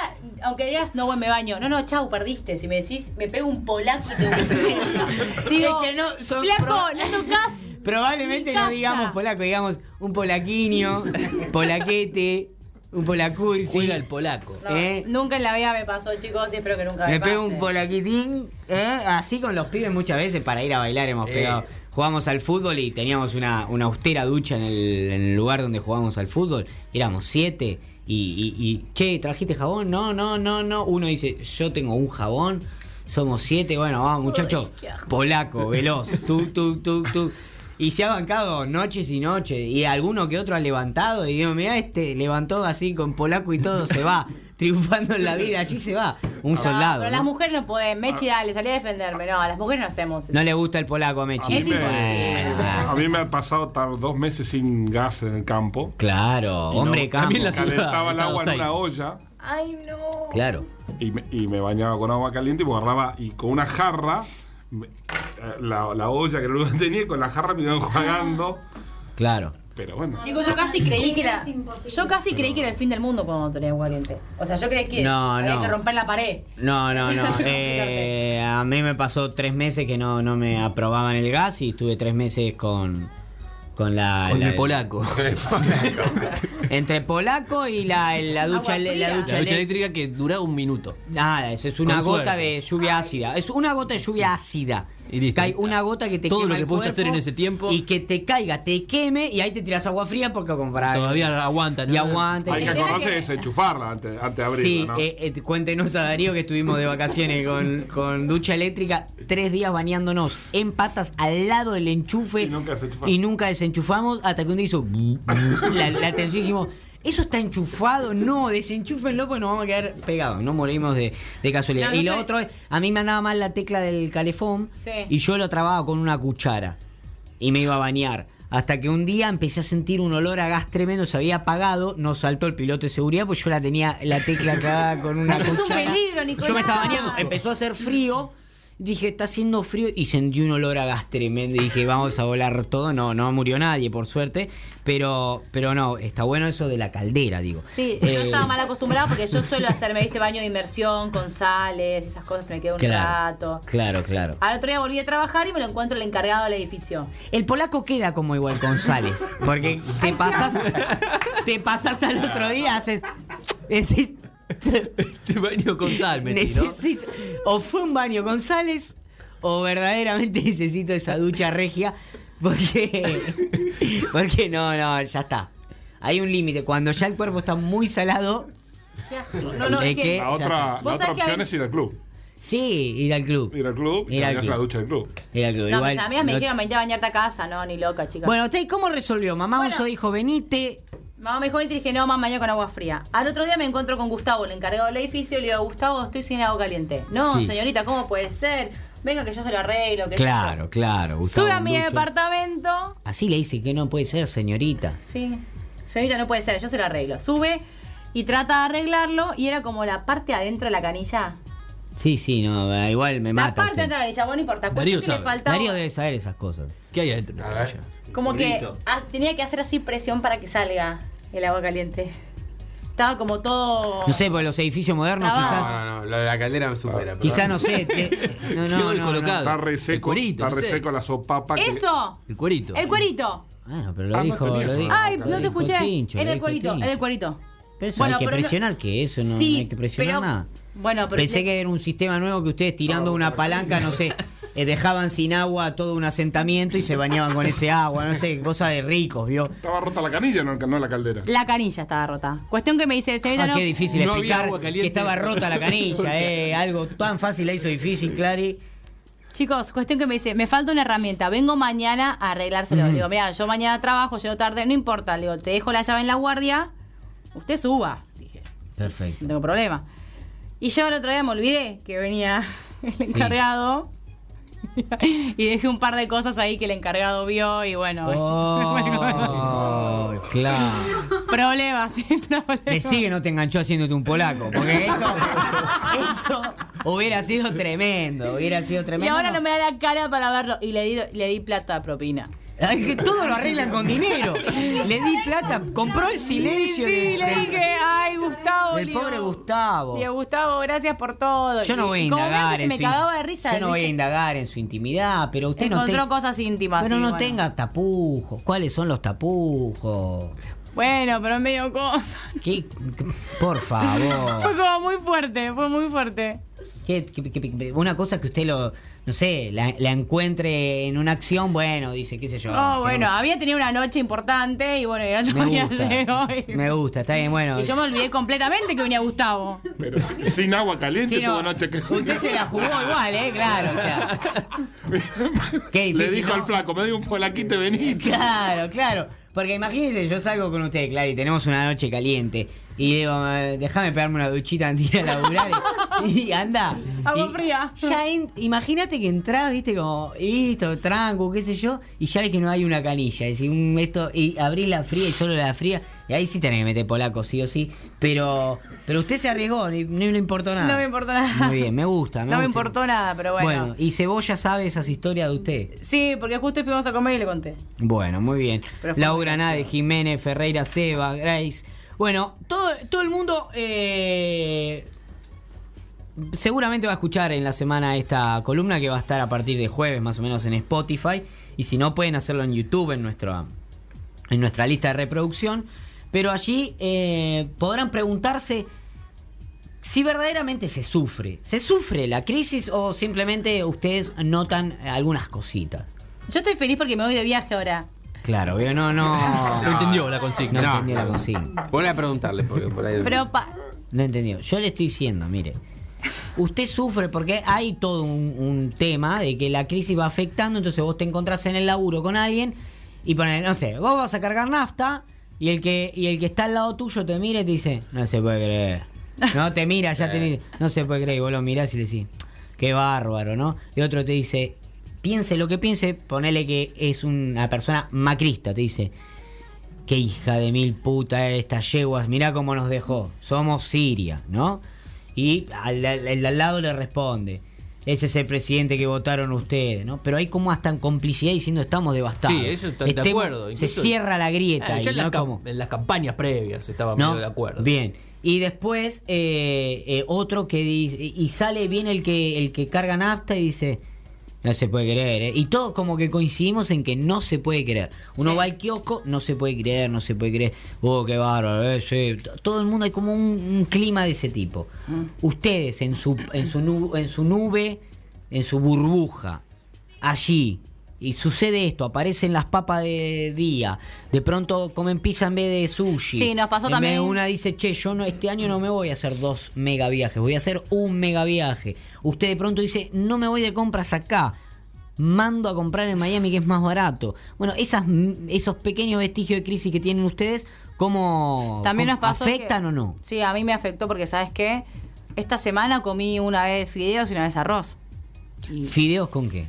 S2: aunque digas, no, bueno, me baño. No, no, chau, perdiste. Si me decís, me pego un polaco y te busco. digo,
S1: Es que no, son
S2: flaco,
S1: pro-
S2: no tocas.
S1: Probablemente
S2: Mi
S1: no
S2: casa.
S1: digamos polaco, digamos un polaquiño, polaquete, un polacursi.
S3: Juega el polaco.
S2: No,
S1: ¿Eh?
S2: Nunca en la vida me pasó, chicos, y espero que nunca me,
S1: Me pego
S2: pase.
S1: un polaquitín, ¿eh? así con los pibes muchas veces para ir a bailar hemos pegado. Jugamos al fútbol y teníamos una, una austera ducha en el, en el lugar donde jugábamos al fútbol. Éramos siete y, y- y, che, ¿trajiste jabón? No, no, no, no. Uno dice, yo tengo un jabón, somos siete, bueno, vamos muchachos.
S2: Uy, qué asco.
S1: Polaco, veloz, tú, tú, tú, tú. Y se ha bancado noches y noches. Y alguno que otro ha levantado. Y digo, mira, este levantó así con polaco y todo, se va. Triunfando en la vida, allí se va. Un
S2: No,
S1: soldado.
S2: Ah, Pero
S1: ¿no?
S2: las mujeres no pueden. Mechi,
S1: Ah.
S2: dale, salí a defenderme. No, las mujeres no hacemos eso.
S1: No le gusta el polaco a Mechi.
S6: A mí,
S2: Es
S6: me,
S2: imposible.
S6: a mí me ha pasado estar dos meses sin gas en el campo.
S1: Claro,
S6: Y no,
S1: hombre de campo.
S3: también la-
S6: Calentaba el agua en
S3: Estado
S6: una
S3: seis.
S6: olla
S2: Ay, no.
S1: Claro.
S6: y me, y me bañaba con agua caliente y me agarraba y con una jarra, me- eh, la, la olla que no tenía, con la jarra me iban jugando.
S1: Claro.
S6: Pero bueno.
S2: Chicos, yo casi creí que era.
S5: Es imposible.
S2: Yo casi creí que era el fin del mundo cuando tenía agua caliente. O sea, yo creí que
S1: No,
S2: había
S1: no.
S2: que romper la pared.
S1: No, no, no. Eh, a mí me pasó tres meses que no, no me aprobaban el gas y estuve tres meses con. Con la.
S3: Con
S1: la-
S3: el polaco.
S1: En Entre polaco y la, la ducha,
S2: Agua
S1: le-
S2: fría.
S1: la
S3: La
S1: ducha,
S3: ducha
S1: elé-
S3: eléctrica que dura un minuto.
S1: Nada, es, es una
S3: Con
S1: gota
S3: suerte.
S1: de lluvia ácida. Es una gota de lluvia ácida.
S3: Y listo.
S1: Cae una gota que te
S3: Todo
S1: quema
S3: lo que
S1: el
S3: pudiste hacer
S1: cuerpo
S3: en ese tiempo.
S1: Y que te caiga, te queme y ahí te tiras agua fría porque comparar.
S3: Todavía aguanta, ¿no?
S1: Y aguanta.
S6: Hay que
S2: Era
S6: acordarse
S2: que-
S6: de desenchufarla antes, antes de abrirla,
S1: Sí,
S6: ¿no?
S1: eh, eh, cuéntenos a Darío que estuvimos de vacaciones con, con ducha eléctrica, tres días bañándonos en patas al lado del enchufe
S6: Y nunca desenchufamos.
S1: y nunca desenchufamos hasta que un día hizo la, la tensión y dijimos, eso está enchufado, no, desenchúfenlo porque nos vamos a quedar pegados, no morimos de, de casualidad.
S2: No,
S1: y
S2: no
S1: lo
S2: te-
S1: otro es, a mí me andaba mal la tecla del calefón
S2: Sí.
S1: y yo lo trababa con una cuchara y me iba a bañar. Hasta que un día empecé a sentir un olor a gas tremendo, se había apagado, nos saltó el piloto de seguridad, pues yo la tenía la tecla clavada con una
S2: Es un
S1: cuchara.
S2: peligro,
S1: Yo
S2: Nicolás.
S1: me estaba bañando, empezó a hacer frío, dije, está haciendo frío y sentí un olor a gas tremendo y dije, vamos a volar todo, no no murió nadie por suerte, pero pero no, está bueno eso de la caldera, digo.
S2: Sí,
S1: Eh,
S2: yo estaba mal acostumbrada porque yo suelo hacerme, viste, baño de inmersión con sales, esas cosas, me quedo un
S1: Claro,
S2: rato.
S1: claro, claro.
S2: Al otro día volví a trabajar y me lo encuentro el encargado del edificio.
S1: El polaco queda como igual González, porque te pasas, te pasas al otro día, haces, decís,
S3: Este baño con sal, metí, ¿no?
S1: necesito, o fue un baño González, o verdaderamente necesito esa ducha regia, porque, porque no, no, ya está. Hay un límite, cuando ya el cuerpo está muy salado,
S2: No, no,
S1: ¿De
S2: es que
S1: qué?
S6: La
S1: eh, ya
S6: otra,
S1: está.
S6: la
S2: Vos
S6: otra
S2: sabés que
S6: opción
S2: hay-
S6: es ir al club.
S1: sí, ir al club.
S6: Ir al club y
S1: Ir al
S6: cambiarse a la
S1: club.
S6: ducha del club.
S1: Ir al club.
S2: No,
S1: igual
S2: mis amigas me
S1: no-
S2: dijeron, vente a bañarte a casa. No, ni loca, chica.
S1: Bueno, ¿usted cómo resolvió? Mamá
S2: Bueno.
S1: Oso dijo, venite,
S2: Mamá me dijo y te dije, no, mamá, mañana con agua fría. Al otro día me encuentro con Gustavo, el encargado del edificio, y le digo, Gustavo, estoy sin agua caliente. No,
S1: Sí.
S2: señorita, ¿cómo puede ser? Venga que yo se lo arreglo. Que
S1: Claro, claro. Gustavo
S2: Sube a mi
S1: Anducho.
S2: departamento.
S1: Así le dice que no puede ser, señorita.
S2: Sí. Señorita, no puede ser, yo se lo arreglo. Sube y trata de arreglarlo y era como la parte de adentro de la canilla.
S1: Sí, sí, no, eh, igual me
S2: la
S1: mata.
S2: parte
S1: usted.
S2: de adentro de la canilla, bueno, no importa. cuestión
S3: Darío
S2: que
S3: sabe.
S2: le faltaba-
S1: Darío debe saber esas cosas.
S3: ¿Qué hay adentro? de la canilla?
S2: Como que ah, tenía que hacer así presión para que salga el agua caliente. Estaba como todo...
S1: No sé, por los edificios modernos
S2: Trabajo.
S1: quizás.
S4: No, no, no, lo de la caldera me supera.
S1: Quizás
S4: perdón.
S1: no sé. te- no, no,
S3: Quedó
S1: no,
S3: descolocado.
S6: Está re
S3: El
S6: seco,
S3: cuerito,
S6: está
S3: no
S6: re
S3: sé.
S6: seco la sopapa. que-
S2: ¡Eso!
S3: El cuerito.
S2: El cuerito.
S1: no. Bueno, pero lo
S6: Ah, no
S1: dijo.
S6: tenía
S1: lo
S6: eso.
S1: dijo-
S2: Ay,
S1: lo
S2: no te
S1: dijo
S2: escuché.
S1: Tincho, lo
S2: era el
S1: dijo
S2: cuerito,
S1: Tincho.
S2: era el cuerito.
S1: Pero eso
S2: Bueno,
S1: hay que
S2: pero no-
S1: presionar que eso, no,
S2: Sí,
S1: no hay que presionar
S2: pero-
S1: nada.
S2: Bueno, pero
S1: Pensé
S2: le-
S1: que era un sistema nuevo que ustedes tirando una palanca, no sé, eh, dejaban sin agua todo un asentamiento y se bañaban con ese agua, no sé, cosa de ricos, ¿vio?
S6: Estaba rota la canilla, no, no la caldera.
S2: La canilla estaba rota. Cuestión que me dice, señorita,
S1: Ah,
S2: no.
S1: qué difícil
S3: No había
S1: explicar
S3: agua caliente.
S1: que estaba rota la canilla, eh. Algo tan fácil la hizo difícil, Clary.
S2: Chicos, cuestión que me dice, me falta una herramienta, vengo mañana a arreglárselo. Le digo, mira, yo mañana trabajo, llego tarde, no importa. Le digo, te dejo la llave en la guardia, usted suba. Dije,
S1: Perfecto.
S2: no tengo problema. Y yo el otro día me olvidé que venía el encargado. Y dejé un par de cosas ahí que el encargado vio y bueno.
S1: Oh, claro.
S2: problemas, sí, problemas.
S1: Decí que no te enganchó haciéndote un polaco, porque eso, eso hubiera sido tremendo, hubiera sido
S2: Y
S1: tremendo.
S2: ahora no me da la cara para verlo. Y le di, le di plata propina.
S1: Ay, que todo lo arreglan con dinero. Le di plata, compró el silencio de-
S2: Sí, le
S1: del-
S2: dije, "Oh, ay, Gustavo.
S1: del
S2: le digo,
S1: pobre Gustavo.
S2: Digo, Gustavo, gracias por todo.
S1: Yo no
S2: Y
S1: voy a
S2: como veo que
S1: indagar
S2: se
S1: en
S2: me
S1: su
S2: cagaba de risa.
S1: Yo no voy a
S2: dije,
S1: indagar en su intimidad, pero usted no
S2: Encontró
S1: tenga
S2: cosas íntimas.
S1: Pero
S2: sí,
S1: no
S2: bueno.
S1: tenga tapujos. ¿Cuáles son los tapujos?
S2: Bueno, pero medio cosa.
S1: ¿Qué? Por
S2: Fue
S1: favor.
S2: como muy fuerte, fue muy fuerte.
S1: ¿Qué- qué- qué- qué- una cosa que usted lo, no sé, la, la encuentre en una acción, bueno, dice, qué sé yo.
S2: Oh,
S1: tengo-
S2: bueno, había tenido una noche importante y bueno, y el otro
S1: Me
S2: día llegó.
S1: gusta,
S2: Y,
S1: me gusta, está bien, bueno.
S2: y yo me olvidé completamente que venía Gustavo.
S6: Pero si- sin agua caliente
S1: Sí, no,
S6: toda noche. creo.
S1: Usted se la jugó igual, ¿eh? Claro, o sea. Qué
S6: Le
S1: difícil,
S6: dijo
S1: ¿no?
S6: al flaco, me dio un polaquito y vení.
S1: Claro, claro. Porque imagínense, yo salgo con usted, Clary, tenemos una noche caliente. Y digo, "Eh, déjame pegarme una duchita antes de ir a laburar. Y, y anda.
S2: Agua
S1: Y
S2: fría.
S1: Ya en- imagínate que entras, viste, como, listo, tranco, qué sé yo. Y ya ves que no hay una canilla. Es decir, un- esto, y abrís la fría y solo la fría. Y ahí sí tenés que meter polaco, sí o sí. Pero, pero usted se arriesgó, ni- no le importó nada.
S2: No me importó nada.
S1: Ah, Muy bien, me gusta. Me
S2: No me
S1: gusta.
S2: importó nada, pero bueno.
S1: Bueno, y Cebolla sabe esas historias de usted.
S2: Sí, porque justo hoy fuimos a comer y le conté.
S1: Bueno, muy bien.
S2: Pero fue muy
S1: Laura
S2: gracioso.
S1: Nade, Jiménez, Ferreira, Seba, Grace. Bueno, todo, todo el mundo eh, seguramente va a escuchar en la semana esta columna que va a estar a partir de jueves más o menos en Spotify. Y si no, pueden hacerlo en YouTube, en nuestra, en nuestra lista de reproducción. Pero allí eh, podrán preguntarse si verdaderamente se sufre. ¿Se sufre la crisis o simplemente ustedes notan eh, algunas cositas?
S2: Yo estoy feliz porque me voy de viaje ahora.
S1: Claro, yo no, no.
S3: Lo entendió la consigna. Ah,
S1: No, entendí la consigna.
S4: Vuelve a preguntarle, porque por
S1: Eh,
S4: ahí.
S2: Pero pa-
S1: No entendió. Yo le estoy diciendo, mire. Usted sufre porque hay todo un, un tema de que la crisis va afectando, entonces vos te encontrás en el laburo con alguien y poner, no sé, vos vas a cargar nafta y el que y el que está al lado tuyo te mira y te dice, no se puede creer. No te mira, ya te mira, no se puede creer, y vos lo mirás y le decís, qué bárbaro, ¿no? Y otro te dice, piense lo que piense, ponele que es una persona macrista, te dice, Qué hija de mil puta estas yeguas, mirá cómo nos dejó. Somos Siria, ¿no? Y al, al- el de al lado le responde. Ese es el presidente que votaron ustedes, ¿no? Pero hay como hasta complicidad diciendo estamos devastados.
S3: Sí, eso está de
S1: Estemos-
S3: acuerdo.
S1: Se
S3: Incluso-
S1: cierra la grieta.
S3: Ah,
S1: y
S3: yo en,
S1: no
S3: las cam-
S1: como-
S3: en las campañas previas estaba
S1: ¿no?
S3: medio de acuerdo.
S1: Bien. Y después eh, eh, otro que dice, y sale bien el que, el que carga nafta y dice, no se puede creer. ¿eh". Y todos como que coincidimos en que no se puede creer. Uno
S2: Sí.
S1: va al kiosco, no se puede creer, no se puede creer. Oh, qué bárbaro. eh, sí". Todo el mundo hay como un, un clima de ese tipo.
S3: Mm.
S1: Ustedes en su, en, su nu- en su nube, en su burbuja, allí y sucede esto, aparecen las papas de día, de pronto comen pizza en vez de sushi.
S2: Sí, nos pasó
S1: En vez de
S2: también-
S1: una dice, che, yo no, este año no me voy a hacer dos mega viajes, voy a hacer un mega viaje. Usted de pronto dice, no me voy de compras acá. Mando a comprar en Miami que es más barato. Bueno, esas, esos pequeños vestigios de crisis que tienen ustedes, ¿cómo
S2: también nos
S1: cómo
S2: pasó.
S1: afectan
S2: que-
S1: o no?
S2: Sí, a mí me afectó porque, ¿sabes qué? Esta semana comí una vez fideos y una vez arroz. Y-
S1: ¿Fideos con qué?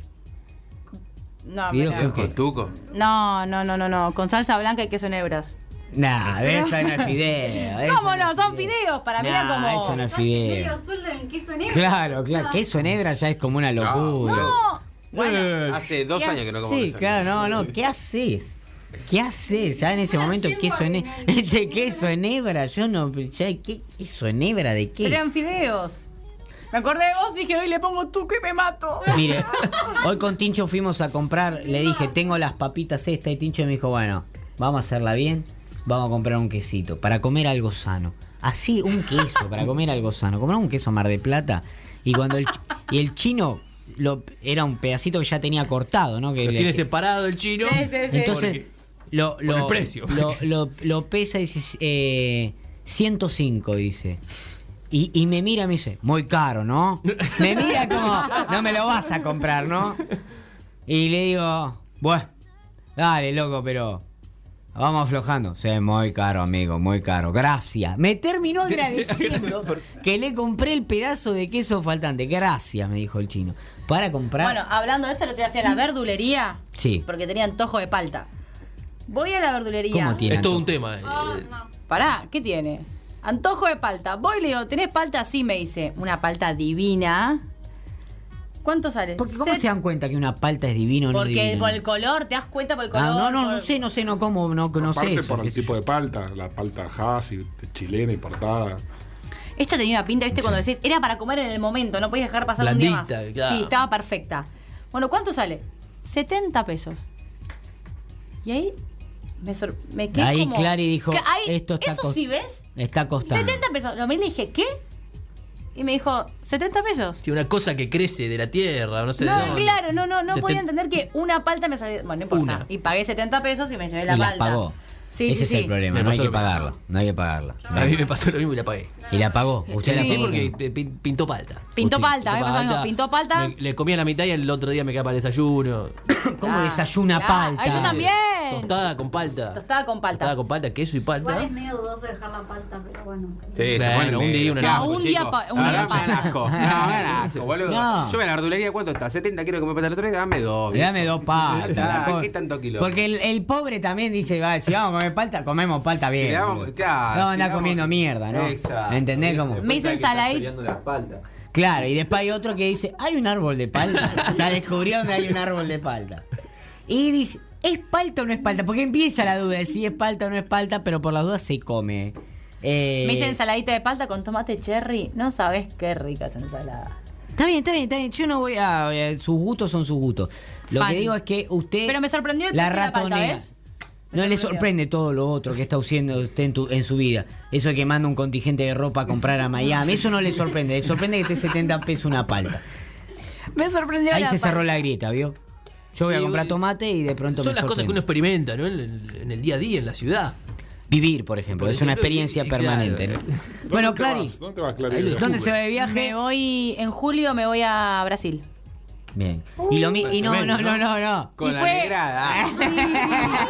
S2: no,
S1: fideos
S2: mirá.
S1: con qué?
S4: ¿Con tuco?
S2: no, no, no, no, no. Con salsa blanca y queso negras.
S1: Nah, de eso no es fideo. de eso
S2: ¿Cómo no?
S1: es
S2: Son
S1: fideo.
S2: fideos, para mí era
S1: Nah,
S2: como-
S1: eso no es
S5: Gaste
S1: fideo.
S5: medio sueldo en queso negro.
S1: Claro, claro. Queso negra ya es como una locura.
S2: No.
S1: Eh,
S4: Hace dos
S1: ¿qué
S4: años que no como
S1: haces?
S4: queso
S1: claro, no, no. ¿Qué haces? ¿Qué haces? Ya en ese
S5: Una
S1: momento
S5: yegua
S1: queso en
S5: final.
S1: Ese queso en hebra, yo no. ya, ¿Qué queso en hebra de qué?
S2: Eran fideos. Me acordé de vos y dije, hoy le pongo tuco y me mato.
S1: Mire, hoy con Tincho fuimos a comprar, le dije, tengo las papitas esta y Tincho me dijo, bueno, vamos a hacerla bien, vamos a comprar un quesito para comer algo sano. Así, un queso para comer algo sano. Comprar un queso Mar de Plata y cuando el, y el chino lo, era un pedacito que ya tenía cortado, ¿no? Que
S3: Los
S1: le-
S3: tiene separado el chino.
S2: Sí, sí, sí.
S1: Entonces,
S3: Porque-
S1: lo,
S3: por
S1: lo,
S3: el precio.
S1: Lo, lo- lo pesa y dice, eh, 105, dice. Y, y me mira y me dice, muy caro, ¿no? Me mira como, no me lo vas a comprar, ¿no? Y le digo, bueno, dale, loco, pero vamos aflojando. Sí, muy caro, amigo, muy caro. Gracias. Me terminó agradeciendo que le compré el pedazo de queso faltante. Gracias, me dijo el chino. Para comprar...
S2: Bueno, hablando de eso, lo otro día fui a la verdulería.
S1: Mm. Sí.
S2: Porque tenía antojo de palta. Voy a la verdulería.
S1: ¿Cómo tiene?
S3: Es todo un
S1: antojo.
S3: tema. eh.
S2: Pará, ¿qué tiene? Antojo de palta. Voy y le digo, ¿tenés palta? Sí, me dice. Una palta divina. ¿Cuánto sale?
S1: Porque ¿Cómo
S2: Set-
S1: se dan cuenta que una palta es divino o no
S2: Porque
S1: divino?
S2: por el color, ¿te das cuenta por el color?
S1: Ah, no, no, no
S2: por-
S1: sé, no sé, no como, no, no sé
S6: Aparte
S1: eso.
S6: por
S1: qué
S6: el
S1: sé
S6: tipo
S1: yo.
S6: de palta, la palta Haas y- chilena importada.
S2: Esta tenía una pinta, ¿viste? Cuando decís, era para comer en el momento, no podías dejar pasar un día
S3: Blandita,
S2: más.
S3: claro.
S2: Sí, estaba perfecta. Bueno, ¿cuánto sale? 70 pesos. Y ahí me, sor- me quedé
S1: Ahí
S2: como-
S1: Clary dijo,
S2: Que ahí-
S1: esto está
S2: Eso
S1: cos-
S2: sí, ¿ves?
S1: Está costando.
S2: 70 pesos. Lo miré y le dije, ¿qué? Y me dijo, ¿70 pesos?
S3: Sí, una cosa que crece de la tierra, no sé de
S2: No,
S3: dónde.
S2: claro, no, no, no
S3: Se te-
S2: podía entender que una palta me salía. Bueno, no importa.
S3: Una.
S2: Y pagué 70 pesos y me llevé la
S1: y las
S2: palta.
S1: pagó.
S2: Sí,
S1: Ese
S2: sí,
S1: es
S2: sí.
S1: el problema,
S3: Me
S1: no hay
S3: pasó
S1: que
S3: lo mismo.
S1: pagarla, no hay que pagarla.
S3: A mí me pasó lo mismo y la pagué.
S1: Y la pagó,
S3: Sí,
S1: usted la
S3: sí,
S1: pagó.
S3: porque te pin- pintó palta.
S2: Pintó
S1: Justi-
S2: palta, me pasó lo mismo, Pintó palta.
S3: Me- le comía la mitad y el otro día me quedaba para el desayuno.
S1: ¿Cómo
S2: Ah,
S1: desayuna
S2: claro.
S1: palta?
S2: Ay, yo también.
S3: Tostada con palta.
S2: Tostada con palta.
S3: Tostada con palta, queso y
S5: Igual
S3: palta.
S5: es medio dudoso dejar la palta, pero bueno.
S4: Sí,
S3: Bueno,
S4: bueno,
S3: un día, una
S4: ¿Qué
S3: noche.
S4: hago,
S2: No, un día
S4: chicos?
S2: pa- un
S4: La
S2: día
S4: verdad, me
S2: pasa.
S4: dan asco. No, me dan asco, boludo.
S1: No.
S4: Yo voy a la verdulería, ¿cuánto está? 70 quiero comer patata tres, dame dos.
S1: Le
S4: viejo.
S1: Dame dos paltas.
S4: Ah,
S1: la
S4: ¿qué
S1: co-
S4: tanto kilo?
S1: Porque el, el pobre también dice, va, si vamos a comer palta, comemos palta bien.
S4: Y le damos-
S1: boludo. no
S4: claro, si
S1: andar
S4: damos-
S1: comiendo mierda, ¿no?
S4: Exacto.
S1: ¿Entendés
S4: ¿viste?
S1: cómo?
S4: Después
S2: Me hice
S4: hay que estar
S2: ensalada y-
S4: choreando las paltas.
S1: Claro, y después hay otro que dice, hay un árbol de palta. Ya descubrió donde hay un árbol de palta. Y dice, ¿es palta o no es palta? Porque empieza la duda de si es palta o no es palta, pero por las dudas se come. Eh,
S2: Me hice ensaladita de palta con tomate cherry. No sabes qué rica esa ensalada.
S1: Está bien, está bien, está bien. Yo no voy a... eh, sus gustos son sus gustos. Lo
S2: Fan.
S1: que digo es que usted...
S2: Pero me sorprendió el
S1: la
S2: precio de la palta,
S1: ratonea.
S2: ¿ves? Me
S1: No le sorprende todo lo otro que está haciendo usted en, tu- en su vida. Eso de que manda un contingente de ropa a comprar a Miami. Eso no le sorprende. Le sorprende que esté 70 pesos una palta.
S2: Me sorprendió
S1: Ahí
S2: la
S1: se
S2: pa-
S1: cerró la grieta, ¿vio? Yo voy a
S3: Y-
S1: comprar tomate y de pronto
S3: Son
S1: me
S3: las cosas que uno
S1: sorprende.
S3: experimenta, ¿no? En, el- en el día a día, en la ciudad.
S1: Vivir, por ejemplo.
S3: Por
S1: es una
S3: ejemplo,
S1: experiencia
S3: y- y-
S1: permanente.
S3: claro.
S1: ¿no?
S6: ¿Dónde
S1: Bueno,
S6: te
S1: Clary,
S6: vas? ¿Dónde te vas, Clary?
S3: Ahí lo
S6: En
S1: ¿dónde se
S6: octubre.
S1: va de viaje?
S2: Me voy, en julio me voy a Brasil.
S1: Bien. Y lo mi- y no, no, no, no, no.
S4: Con
S2: Y
S4: la
S2: fue-
S4: negrada.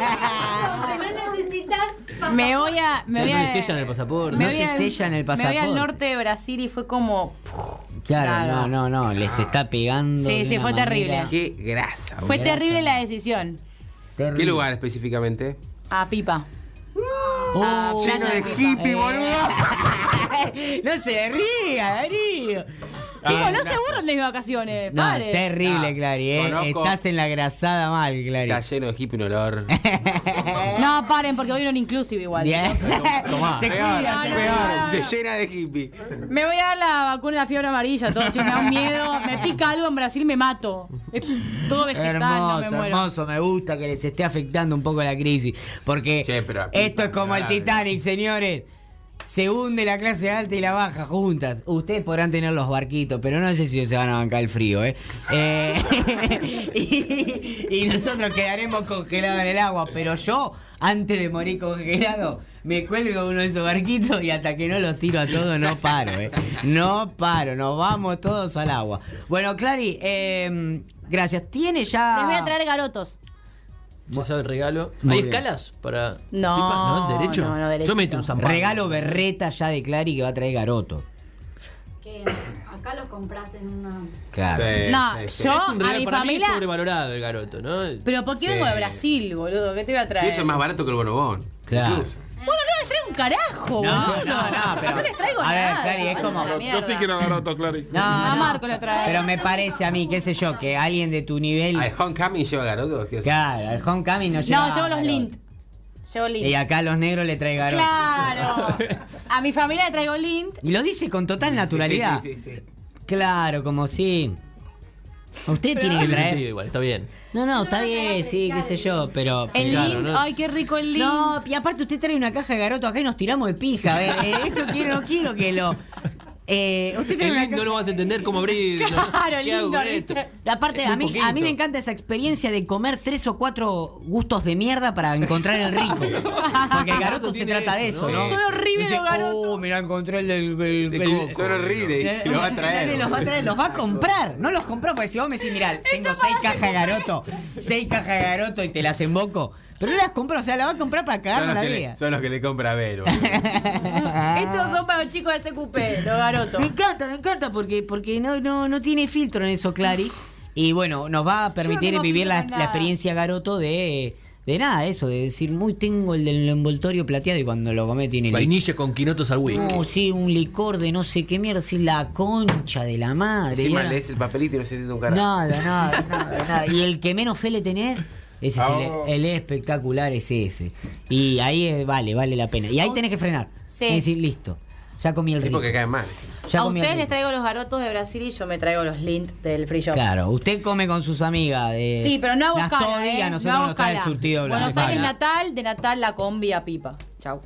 S5: No necesitas pasaporte.
S2: Me voy a. Me voy
S3: no
S2: a
S3: le sellan el pasaporte.
S1: Me
S2: voy
S1: te
S2: al-
S1: sellan el
S2: Me voy
S1: pasaporte.
S2: al norte de Brasil y fue como.
S1: Claro, no,
S2: Claro.
S1: no, no. Les está pegando.
S2: Sí,
S1: de
S2: sí,
S1: una
S2: fue terrible.
S1: manera
S4: Qué grasa.
S2: Fue
S4: boludo.
S2: terrible la decisión.
S1: terrible.
S4: ¿Qué lugar específicamente?
S2: A Pipa.
S1: Oh,
S2: Ah, Playa
S4: Lleno de
S2: de
S4: hippie, boludo.
S1: no se ría, Darío.
S2: Chicos, no se burlen de mis vacaciones,
S1: Ah, No,
S2: padre.
S1: terrible,
S4: Ah,
S1: Clary. eh.
S4: conozco-
S1: Estás en la grasada mal, Clary.
S4: Está lleno de hippie un olor.
S2: No, paren, porque hoy no inclusive igual.
S1: Bien. Tomá.
S4: Ah, Peor,
S2: no, no, no, no.
S4: peor. Se llena de hippie.
S2: Me voy a dar la vacuna de la fiebre amarilla, todo, chicos, me da un miedo. Me pica algo en Brasil, me mato. Es todo vegetal, no me
S1: Hermoso,
S2: muero.
S1: hermoso, me gusta que les esté afectando un poco la crisis. Porque
S4: Che, pero a
S1: esto
S4: Pipa
S1: es como
S4: no
S1: el
S4: la
S1: Titanic, señores. Se hunde la clase alta y la baja juntas. Ustedes podrán tener los barquitos, pero no sé si se van a bancar el frío, ¿eh? Eh, y, y nosotros quedaremos congelados en el agua, pero yo, antes de morir congelado, me cuelgo de uno de esos barquitos y hasta que no los tiro a todos no paro, ¿eh? No paro, nos vamos todos al agua. Bueno, Clary, eh, gracias. Tiene ya...
S2: Les voy a traer garotos.
S3: Ya sabe el regalo.
S1: Muy
S3: ¿Hay
S1: bien.
S3: escalas para
S2: No,
S3: pipa? ¿No? ¿Derecho?
S2: no, no,
S3: Yo
S2: derechito.
S3: meto un zampazo.
S1: Regalo berreta ya de Clary que va a traer Garoto.
S5: Que acá lo compras en una.
S1: Claro.
S4: Sí,
S2: No,
S4: sí, sí.
S2: yo
S3: Es
S2: a
S3: un regalo
S2: mi
S3: para mí es
S2: familia.
S3: sobrevalorado el garoto, ¿no?
S2: Pero ¿por qué
S4: Sí.
S2: vengo de Brasil, boludo? ¿Qué te voy a
S4: Y
S2: traer?
S4: eso es más barato que el bonobón.
S1: Claro.
S4: Incluso.
S2: Bueno, no les traigo un carajo, boludo. No les traigo
S1: a ver,
S2: nada.
S1: Clary, es como.
S2: Váyanse a la
S6: Yo sí
S2: mierda.
S6: quiero garoto, Clary.
S1: No,
S2: A
S1: no.
S2: Marco lo trae.
S1: Pero me parece a mí, qué sé yo, que alguien de tu nivel.
S4: Al homecoming lleva garoto. ¿qué es?
S1: Claro, el homecoming no lleva.
S2: No, llevo los
S1: Garoto.
S2: lint. Llevo lint.
S1: Y acá los negros le trae Garoto.
S2: Claro. A mi familia le traigo lint.
S1: Y lo dice con total naturalidad.
S4: Sí, sí, sí, sí.
S1: Claro, como si. Usted tiene que
S3: Tiene
S1: traer.
S3: sentido igual, está bien.
S1: No, no, está
S5: No, no,
S1: bien,
S5: no,
S1: sí,
S5: no,
S1: qué sé yo, pero.
S2: El
S1: pero-
S2: lint.
S3: ¿no?
S2: Ay, qué rico el lint.
S1: No, y aparte usted trae una caja de garoto acá y nos tiramos de pija. eh, eh, eso quiero, no quiero que lo. Eh, usted trae
S3: El
S1: una
S3: lindo
S1: caja-
S3: no vas a entender cómo abrirlo.
S2: Claro,
S3: ¿Qué hago
S2: lindo,
S3: con esto?
S2: ¿viste?
S1: La parte,
S3: Es muy
S1: a mí, a mí
S3: poquito.
S1: me encanta esa experiencia de comer tres o cuatro gustos de mierda para encontrar el rico. Porque el garoto se
S3: Tiene
S1: trata de
S3: eso,
S1: eso, ¿no?
S2: Son horribles
S1: Dice,
S2: los garotos.
S1: Oh, mirá, encontré el del. el-
S4: De
S1: el-
S4: coco. Son horribles, dice,
S1: Eh,
S4: lo va a traer.
S1: nadie Los va a traer, los va a comprar. No los compró, porque si vos me decís, mirá, tengo seis cajas de garoto, seis cajas de garoto y te las emboco. Pero no las compró, o sea, la va a comprar para
S4: Son
S1: cagarnos
S4: los,
S1: la
S4: que
S1: vida.
S4: le, son los que le compra a Vero. boludo.
S2: Estos son para los chicos de SQP, los garotos.
S1: Me encanta, me encanta, porque, porque no, no, no tiene filtro en eso, Clary. Y bueno, nos va a permitir
S2: tengo
S1: vivir
S2: filtro
S1: la,
S2: en
S1: la
S2: nada.
S1: experiencia garoto de, de nada, eso, de decir, muy tengo el del envoltorio plateado y cuando lo comé tiene licor.
S3: Vainilla con quinotos al whisky.
S1: No, sí, un licor de no sé qué mierda, sí, la concha de la madre. Y
S4: Encima
S1: ahora-
S4: lees el papelito y no se entiende un carajo.
S1: Nada, nada, nada, nada. Y el que menos fe le tenés, ese es
S4: Oh.
S1: el, el espectacular, es ese. Y ahí eh, vale, vale la pena. Y ahí tenés que frenar.
S2: Sí.
S1: Es decir, listo, ya comí el
S4: Es
S1: rico.
S4: porque cae mal.
S1: Ya
S2: a
S1: comí el
S2: ustedes les
S1: rico.
S2: traigo los garotos de Brasil y yo me traigo los lint del free shop.
S1: Claro, usted come con sus amigas. eh,
S2: Sí, pero no hago
S1: las
S2: escala,
S1: toddy,
S2: ¿eh?
S1: a nosotros
S2: no hago
S1: nos trae el
S2: escala.
S1: surtido de
S2: Buenos
S1: Blanca.
S2: Aires natal, de natal la combi a pipa. Chau.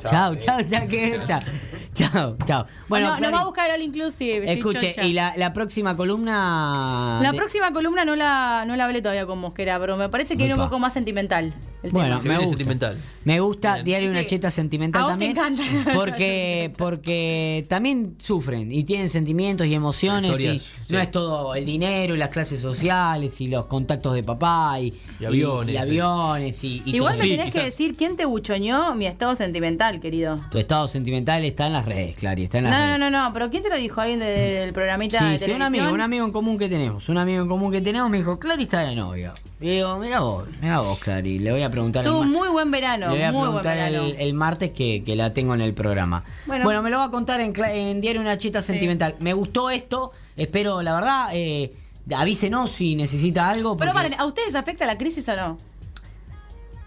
S1: Chao, chao, ya que chao. Chao, chao. Bueno,
S2: Ah, no,
S1: Clary,
S2: no va a buscar al inclusive. estoy
S1: escuche,
S2: chocha.
S1: y la, la próxima columna.
S2: La
S1: de-
S2: próxima columna no la, no la hablé todavía con Mosquera, pero me parece que era un
S1: Upa.
S2: poco más sentimental. el tema.
S1: Bueno,
S3: Se
S1: me
S3: viene
S1: gusta.
S3: sentimental.
S1: Me gusta
S3: Bien.
S1: Diario de
S2: Sí.
S1: una cheta sentimental
S2: A vos te
S1: también.
S2: encanta.
S1: Porque, porque también sufren y tienen sentimientos y emociones. Y
S3: Historias,
S1: No
S3: sí.
S1: es todo el dinero y las clases sociales y los contactos de papá y,
S3: Y aviones,
S1: Y,
S3: sí.
S1: aviones y, y
S2: Igual
S1: todo.
S2: me
S3: Sí,
S2: tenés
S3: quizás.
S2: que decir quién te buchoñó mi estado sentimental, querido.
S1: Tu estado sentimental está en las redes, Clary, está en las
S2: No,
S1: redes.
S2: no, no, no, pero ¿quién te lo dijo? ¿Alguien de- del programita de
S1: Sí, sí, un
S2: televisión?
S1: amigo, un amigo en común que tenemos. Un amigo en común que tenemos me dijo, Clary está de novia. Y digo, mira vos, mira vos, Clary. Le voy a preguntar el
S2: Tuvo
S1: mar-
S2: muy buen verano,
S1: le voy a
S2: muy buen
S1: preguntar
S2: verano.
S1: el, el martes que, que la tengo en el programa. Bueno,
S2: Bueno.
S1: me lo va a contar en, cla- en Diario Una Chita Sentimental. Me gustó esto, espero, la verdad, eh, avísenos si necesita algo.
S2: Pero
S1: porque-
S2: paren, ¿a ustedes afecta la crisis o no?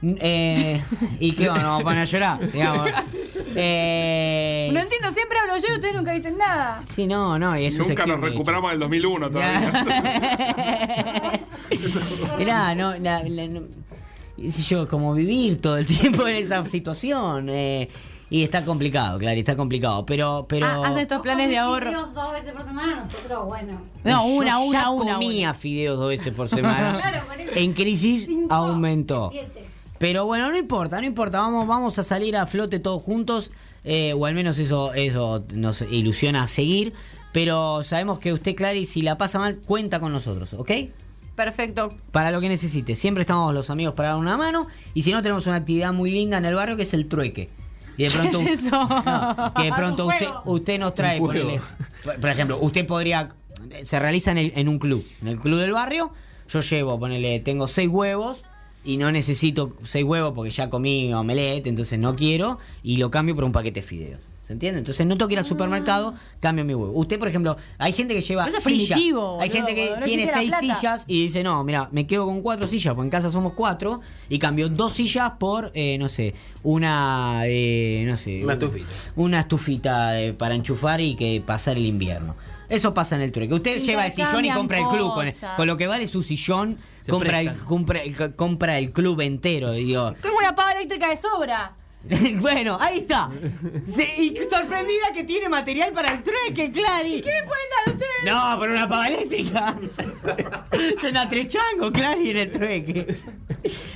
S1: Eh, ¿Y qué? ¿Nos vamos a poner a llorar? Digamos. Eh,
S2: No entiendo, siempre hablo yo y ustedes nunca dicen nada.
S1: Sí, no, no, y eso es
S6: Nunca
S1: existe, de
S6: nos
S1: hecho.
S6: recuperamos del 2001 todavía.
S1: Mirá, no, la- la- no. qué sé yo, como vivir todo el tiempo en esa situación. eh, y está complicado, claro, y está complicado. Pero, pero.
S2: Ah, hacen estos planes de ahorro.
S5: Fideos dos veces por semana, nosotros, bueno.
S2: No,
S1: Yo
S2: una, una,
S1: ya
S2: una.
S1: comía
S2: una.
S1: fideos dos veces por semana.
S5: Claro, por eso.
S1: En crisis
S5: Cinco,
S1: aumentó.
S5: siete.
S1: Pero bueno, no importa, no importa. Vamos, vamos a salir a flote todos juntos. eh, o al menos eso, eso nos ilusiona a seguir. Pero sabemos que usted, Clary, si la pasa mal, cuenta con nosotros, ¿ok?
S2: Perfecto.
S1: Para lo que necesite. Siempre estamos los amigos para dar una mano. Y si no, tenemos una actividad muy linda en el barrio que es el trueque. Y de pronto,
S2: ¿Qué es eso?
S1: No, que de
S2: Es
S1: pronto
S2: un
S1: usted,
S2: juego.
S1: usted nos trae.
S3: Un juego.
S1: ponele, por, por ejemplo, usted podría. Se realiza en, el- en un club. En el club del barrio, yo llevo, ponele, tengo seis huevos. Y no necesito seis huevos porque ya comí omelette, entonces no quiero. Y lo cambio por un paquete de fideos. ¿Se entiende? Entonces no tengo que ir al supermercado, cambio mi huevo. Usted, por ejemplo, hay gente que lleva
S2: Ah. Eso es
S1: sillas.
S2: primitivo,
S1: Hay gente
S2: boludo,
S1: que
S2: no
S1: tiene
S2: existe la
S1: seis
S2: plata.
S1: sillas y dice, no, mira, me quedo con cuatro sillas, porque en casa somos cuatro, y cambió dos sillas por, eh, no sé, una, eh, no sé,
S4: Una estufita.
S1: una estufita eh, para enchufar y que pasar el invierno. Eso pasa en el trueque. Usted
S2: Se
S1: lleva el sillón y
S2: intercambian
S1: compra el club. Con,
S2: cosas.
S1: con lo que vale su sillón,
S3: Se
S1: compra el,
S3: prestan.
S1: compra, c- compra el club entero. Digo.
S2: Tengo una pava eléctrica de sobra.
S1: bueno, ahí está. Se- y sorprendida que tiene material para el trueque, Clary.
S2: ¿Qué me pueden dar ustedes?
S1: No, por una pava eléctrica. Suena trechangos, Clary, en el trueque.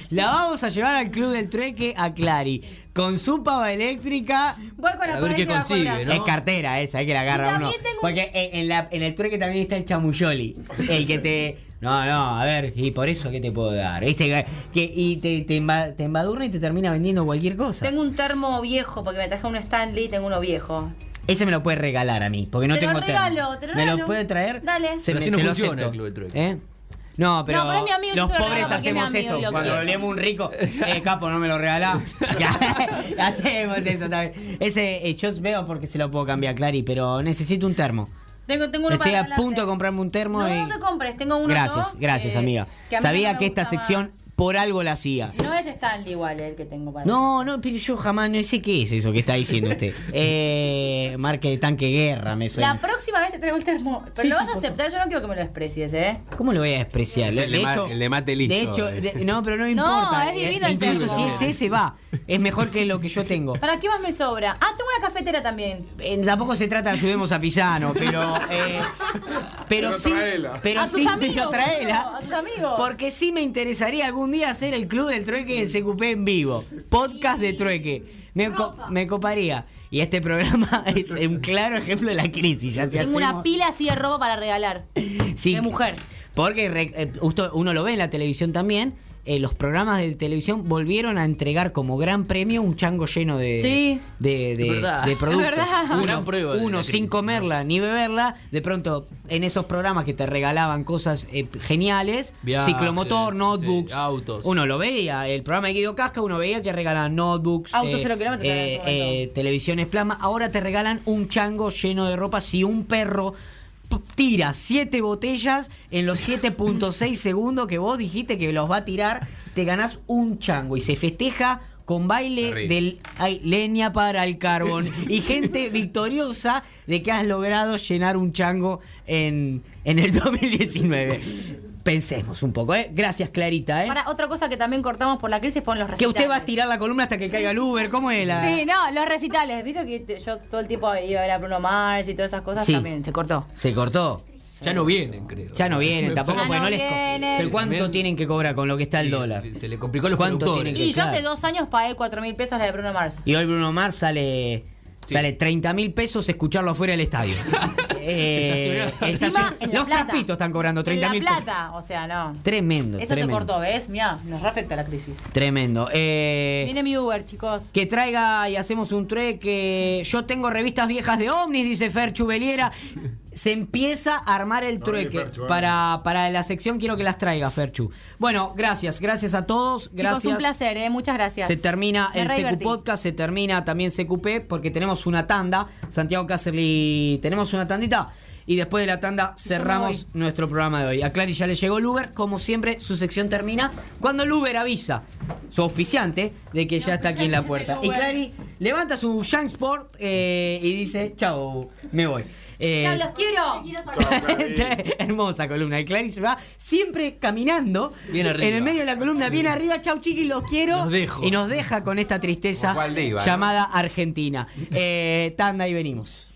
S1: La vamos a llevar al club del trueque a Clary. Con su pava eléctrica.
S2: Voy con la pava
S3: A ver qué
S2: eléctrica
S3: consigue,
S2: bajo el
S3: ¿no?
S2: brazo.
S1: Es cartera esa, hay que la
S2: Y
S1: agarra uno.
S2: también tengo un-
S1: Porque en, en la- en el trueque también está el chamulloli. El que te. No, no, a ver, y por eso, ¿qué te puedo dar? ¿Viste? Que, y te, te, emba- te embadurna y te termina vendiendo cualquier cosa.
S2: Tengo un termo viejo porque me traje uno Stanley y tengo uno viejo.
S1: Ese me lo puede regalar a mí, porque no
S2: Te lo
S1: tengo termo.
S2: regalo, te lo
S1: ¿Me
S2: regalo.
S1: lo puede traer?
S2: Dale.
S1: Se
S3: Pero
S1: me-
S3: así no
S1: se lo
S3: funciona
S1: acepto.
S3: el Club del Trueque.
S1: ¿Eh? No, pero,
S2: No, pero es mi amigo, yo
S1: los
S2: se lo
S1: pobres
S2: regalo porque es mi
S1: hacemos
S2: amigo
S1: eso.
S2: y lo
S1: Cuando
S2: quiero.
S1: hablemos un rico, eh, capo, no me lo regalá. Ya, hacemos eso también. Ese eh, yo veo porque se lo puedo cambiar, Clary, pero necesito un termo.
S2: Tengo, tengo uno
S1: Estoy
S2: para
S1: a
S2: regalarte.
S1: punto de comprarme un termo
S2: No,
S1: y-
S2: no te compres, tengo uno
S1: gracias,
S2: yo,
S1: gracias,
S2: eh,
S1: amiga.
S2: que a mí
S1: Sabía
S2: no me
S1: que esta
S2: gusta
S1: sección
S2: más.
S1: por algo la hacía.
S2: No es Stanley igual eh, el que tengo para
S1: No, no, pero yo jamás no sé qué es eso que está diciendo usted. Eh, marca de tanque guerra, me suena.
S2: La próxima vez te traigo el termo. Pero lo vas a aceptar, yo no quiero que me lo desprecies, ¿eh?
S1: ¿Cómo lo voy a despreciar?
S4: Es el de ma- el de mate listo.
S1: De hecho, de- no, pero no
S2: No,
S1: importa.
S2: es divino
S1: Eh,
S2: el
S1: Incluso si
S2: termo.
S1: es ese, va. Es mejor que lo que yo tengo.
S2: ¿Para qué más me sobra? Ah, tengo una cafetera también.
S1: Eh, tampoco se trata de ayudemos a Pisano, pero. eh, pero,
S6: Pero
S1: sí.
S6: traela.
S1: Pero
S2: a tus
S1: sí,
S2: amigos.
S1: pero traela.
S2: boludo, A tus amigos.
S1: Porque sí me interesaría algún día hacer el club del trueque en CQP en vivo. Podcast de trueque. Me, co-
S5: Ropa.
S1: me coparía. Y este programa es un claro ejemplo de la crisis. Ya si
S2: tengo una
S1: hacemos- ¿Eh?
S2: pila así de ropa para regalar.
S1: Sí,
S2: de mujer.
S1: Porque re- eh, justo uno lo ve en la televisión también. eh, los programas de televisión volvieron a entregar como gran premio un chango lleno de,
S2: Sí.
S1: de, de-
S3: Es verdad.
S1: de productos.
S2: Es verdad.
S1: Uno,
S3: Gran prueba de
S1: uno
S3: la
S1: sin
S3: crisis,
S1: comerla ni beberla. De pronto, en esos programas que te regalaban cosas eh, geniales,
S3: Viajes,
S1: ciclomotor,
S3: sí,
S1: notebooks,
S3: autos.
S1: Uno lo veía. El programa de Guido Casca, uno veía que regalaban notebooks,
S2: Autos cero kilómetros en ese momento.
S1: eh, televisiones plasma, ahora te regalan un chango lleno de ropa si un perro p- tira siete botellas en los 7.6 segundos que vos dijiste que los va a tirar, te ganás un chango y se festeja con baile
S4: Terrible.
S1: del hay leña para el carbón y gente victoriosa de que has logrado llenar un chango en, en el 2019. Pensemos un poco, ¿eh? Gracias, Clarita, ¿eh?
S2: Para otra cosa que también cortamos por la crisis fueron los
S1: Que
S2: recitales.
S1: usted va a tirar la columna hasta que caiga el Uber, ¿cómo es la...?
S2: Sí, no, los recitales. Viste que te- yo todo el tiempo iba a ver a Bruno Mars y todas esas cosas
S1: Sí.
S2: también. Se cortó.
S1: Se cortó.
S3: Ya no vienen, creo.
S1: Ya no vienen, tampoco
S2: Ya
S1: porque
S2: no
S1: no les co-
S2: vienen.
S1: ¿Pero cuánto
S3: También-
S1: tienen que cobrar con lo que está el dólar?
S3: Se le complicó los
S1: ¿Cuánto
S3: productores.
S1: tiene
S2: Y yo
S1: claro.
S2: hace dos años pagué cuatro mil pesos la de Bruno Mars.
S1: Y hoy Bruno Mars sale sale 30 mil pesos escucharlo afuera del estadio. Eh,
S3: Estacionado.
S1: estacion-
S2: Encima, en La
S1: Los
S2: Plata.
S1: trapitos están cobrando 30 mil
S2: En La plata, o sea, no.
S1: Tremendo,
S2: Eso se
S1: tremendo.
S2: cortó, ¿ves? Mira, nos reafecta la crisis.
S1: Tremendo. Eh,
S2: Viene mi Uber, chicos.
S1: que traiga y hacemos un trueque. Yo tengo revistas viejas de ovnis, dice Fer Chubeliera. Se empieza a armar el
S6: Oye,
S1: trueque.
S6: Ferchu, eh.
S1: para, para la sección quiero que las traiga, Ferchu. Bueno, gracias, gracias a todos. Gracias.
S2: Chicos, un placer, ¿eh? Muchas gracias.
S1: Se termina
S2: Me
S1: el
S2: re
S1: CQ
S2: divertí.
S1: Podcast, se termina también CQP, porque tenemos una tanda. Santiago Cáceres, tenemos una tandita. Y después de la tanda cerramos nuestro programa de hoy. A Clary ya le llegó el Uber. Como siempre, su sección termina cuando el Uber avisa, su auspiciante, de que ya está aquí en la puerta. Y Clary levanta su Jansport eh, y dice, chao, me voy. Eh,
S2: ¡Chao, los quiero!
S5: Quiero
S6: Chao,
S5: sacar.
S6: Clarín.
S1: hermosa columna. Y Clarín se va siempre caminando.
S3: Bien arriba.
S1: En el medio de la columna, bien arriba. Chau, chiqui, los quiero.
S3: Los dejo.
S1: Y nos deja con esta tristeza
S4: Como Valdés, ¿vale?
S1: llamada Argentina. Eh, tanda y venimos.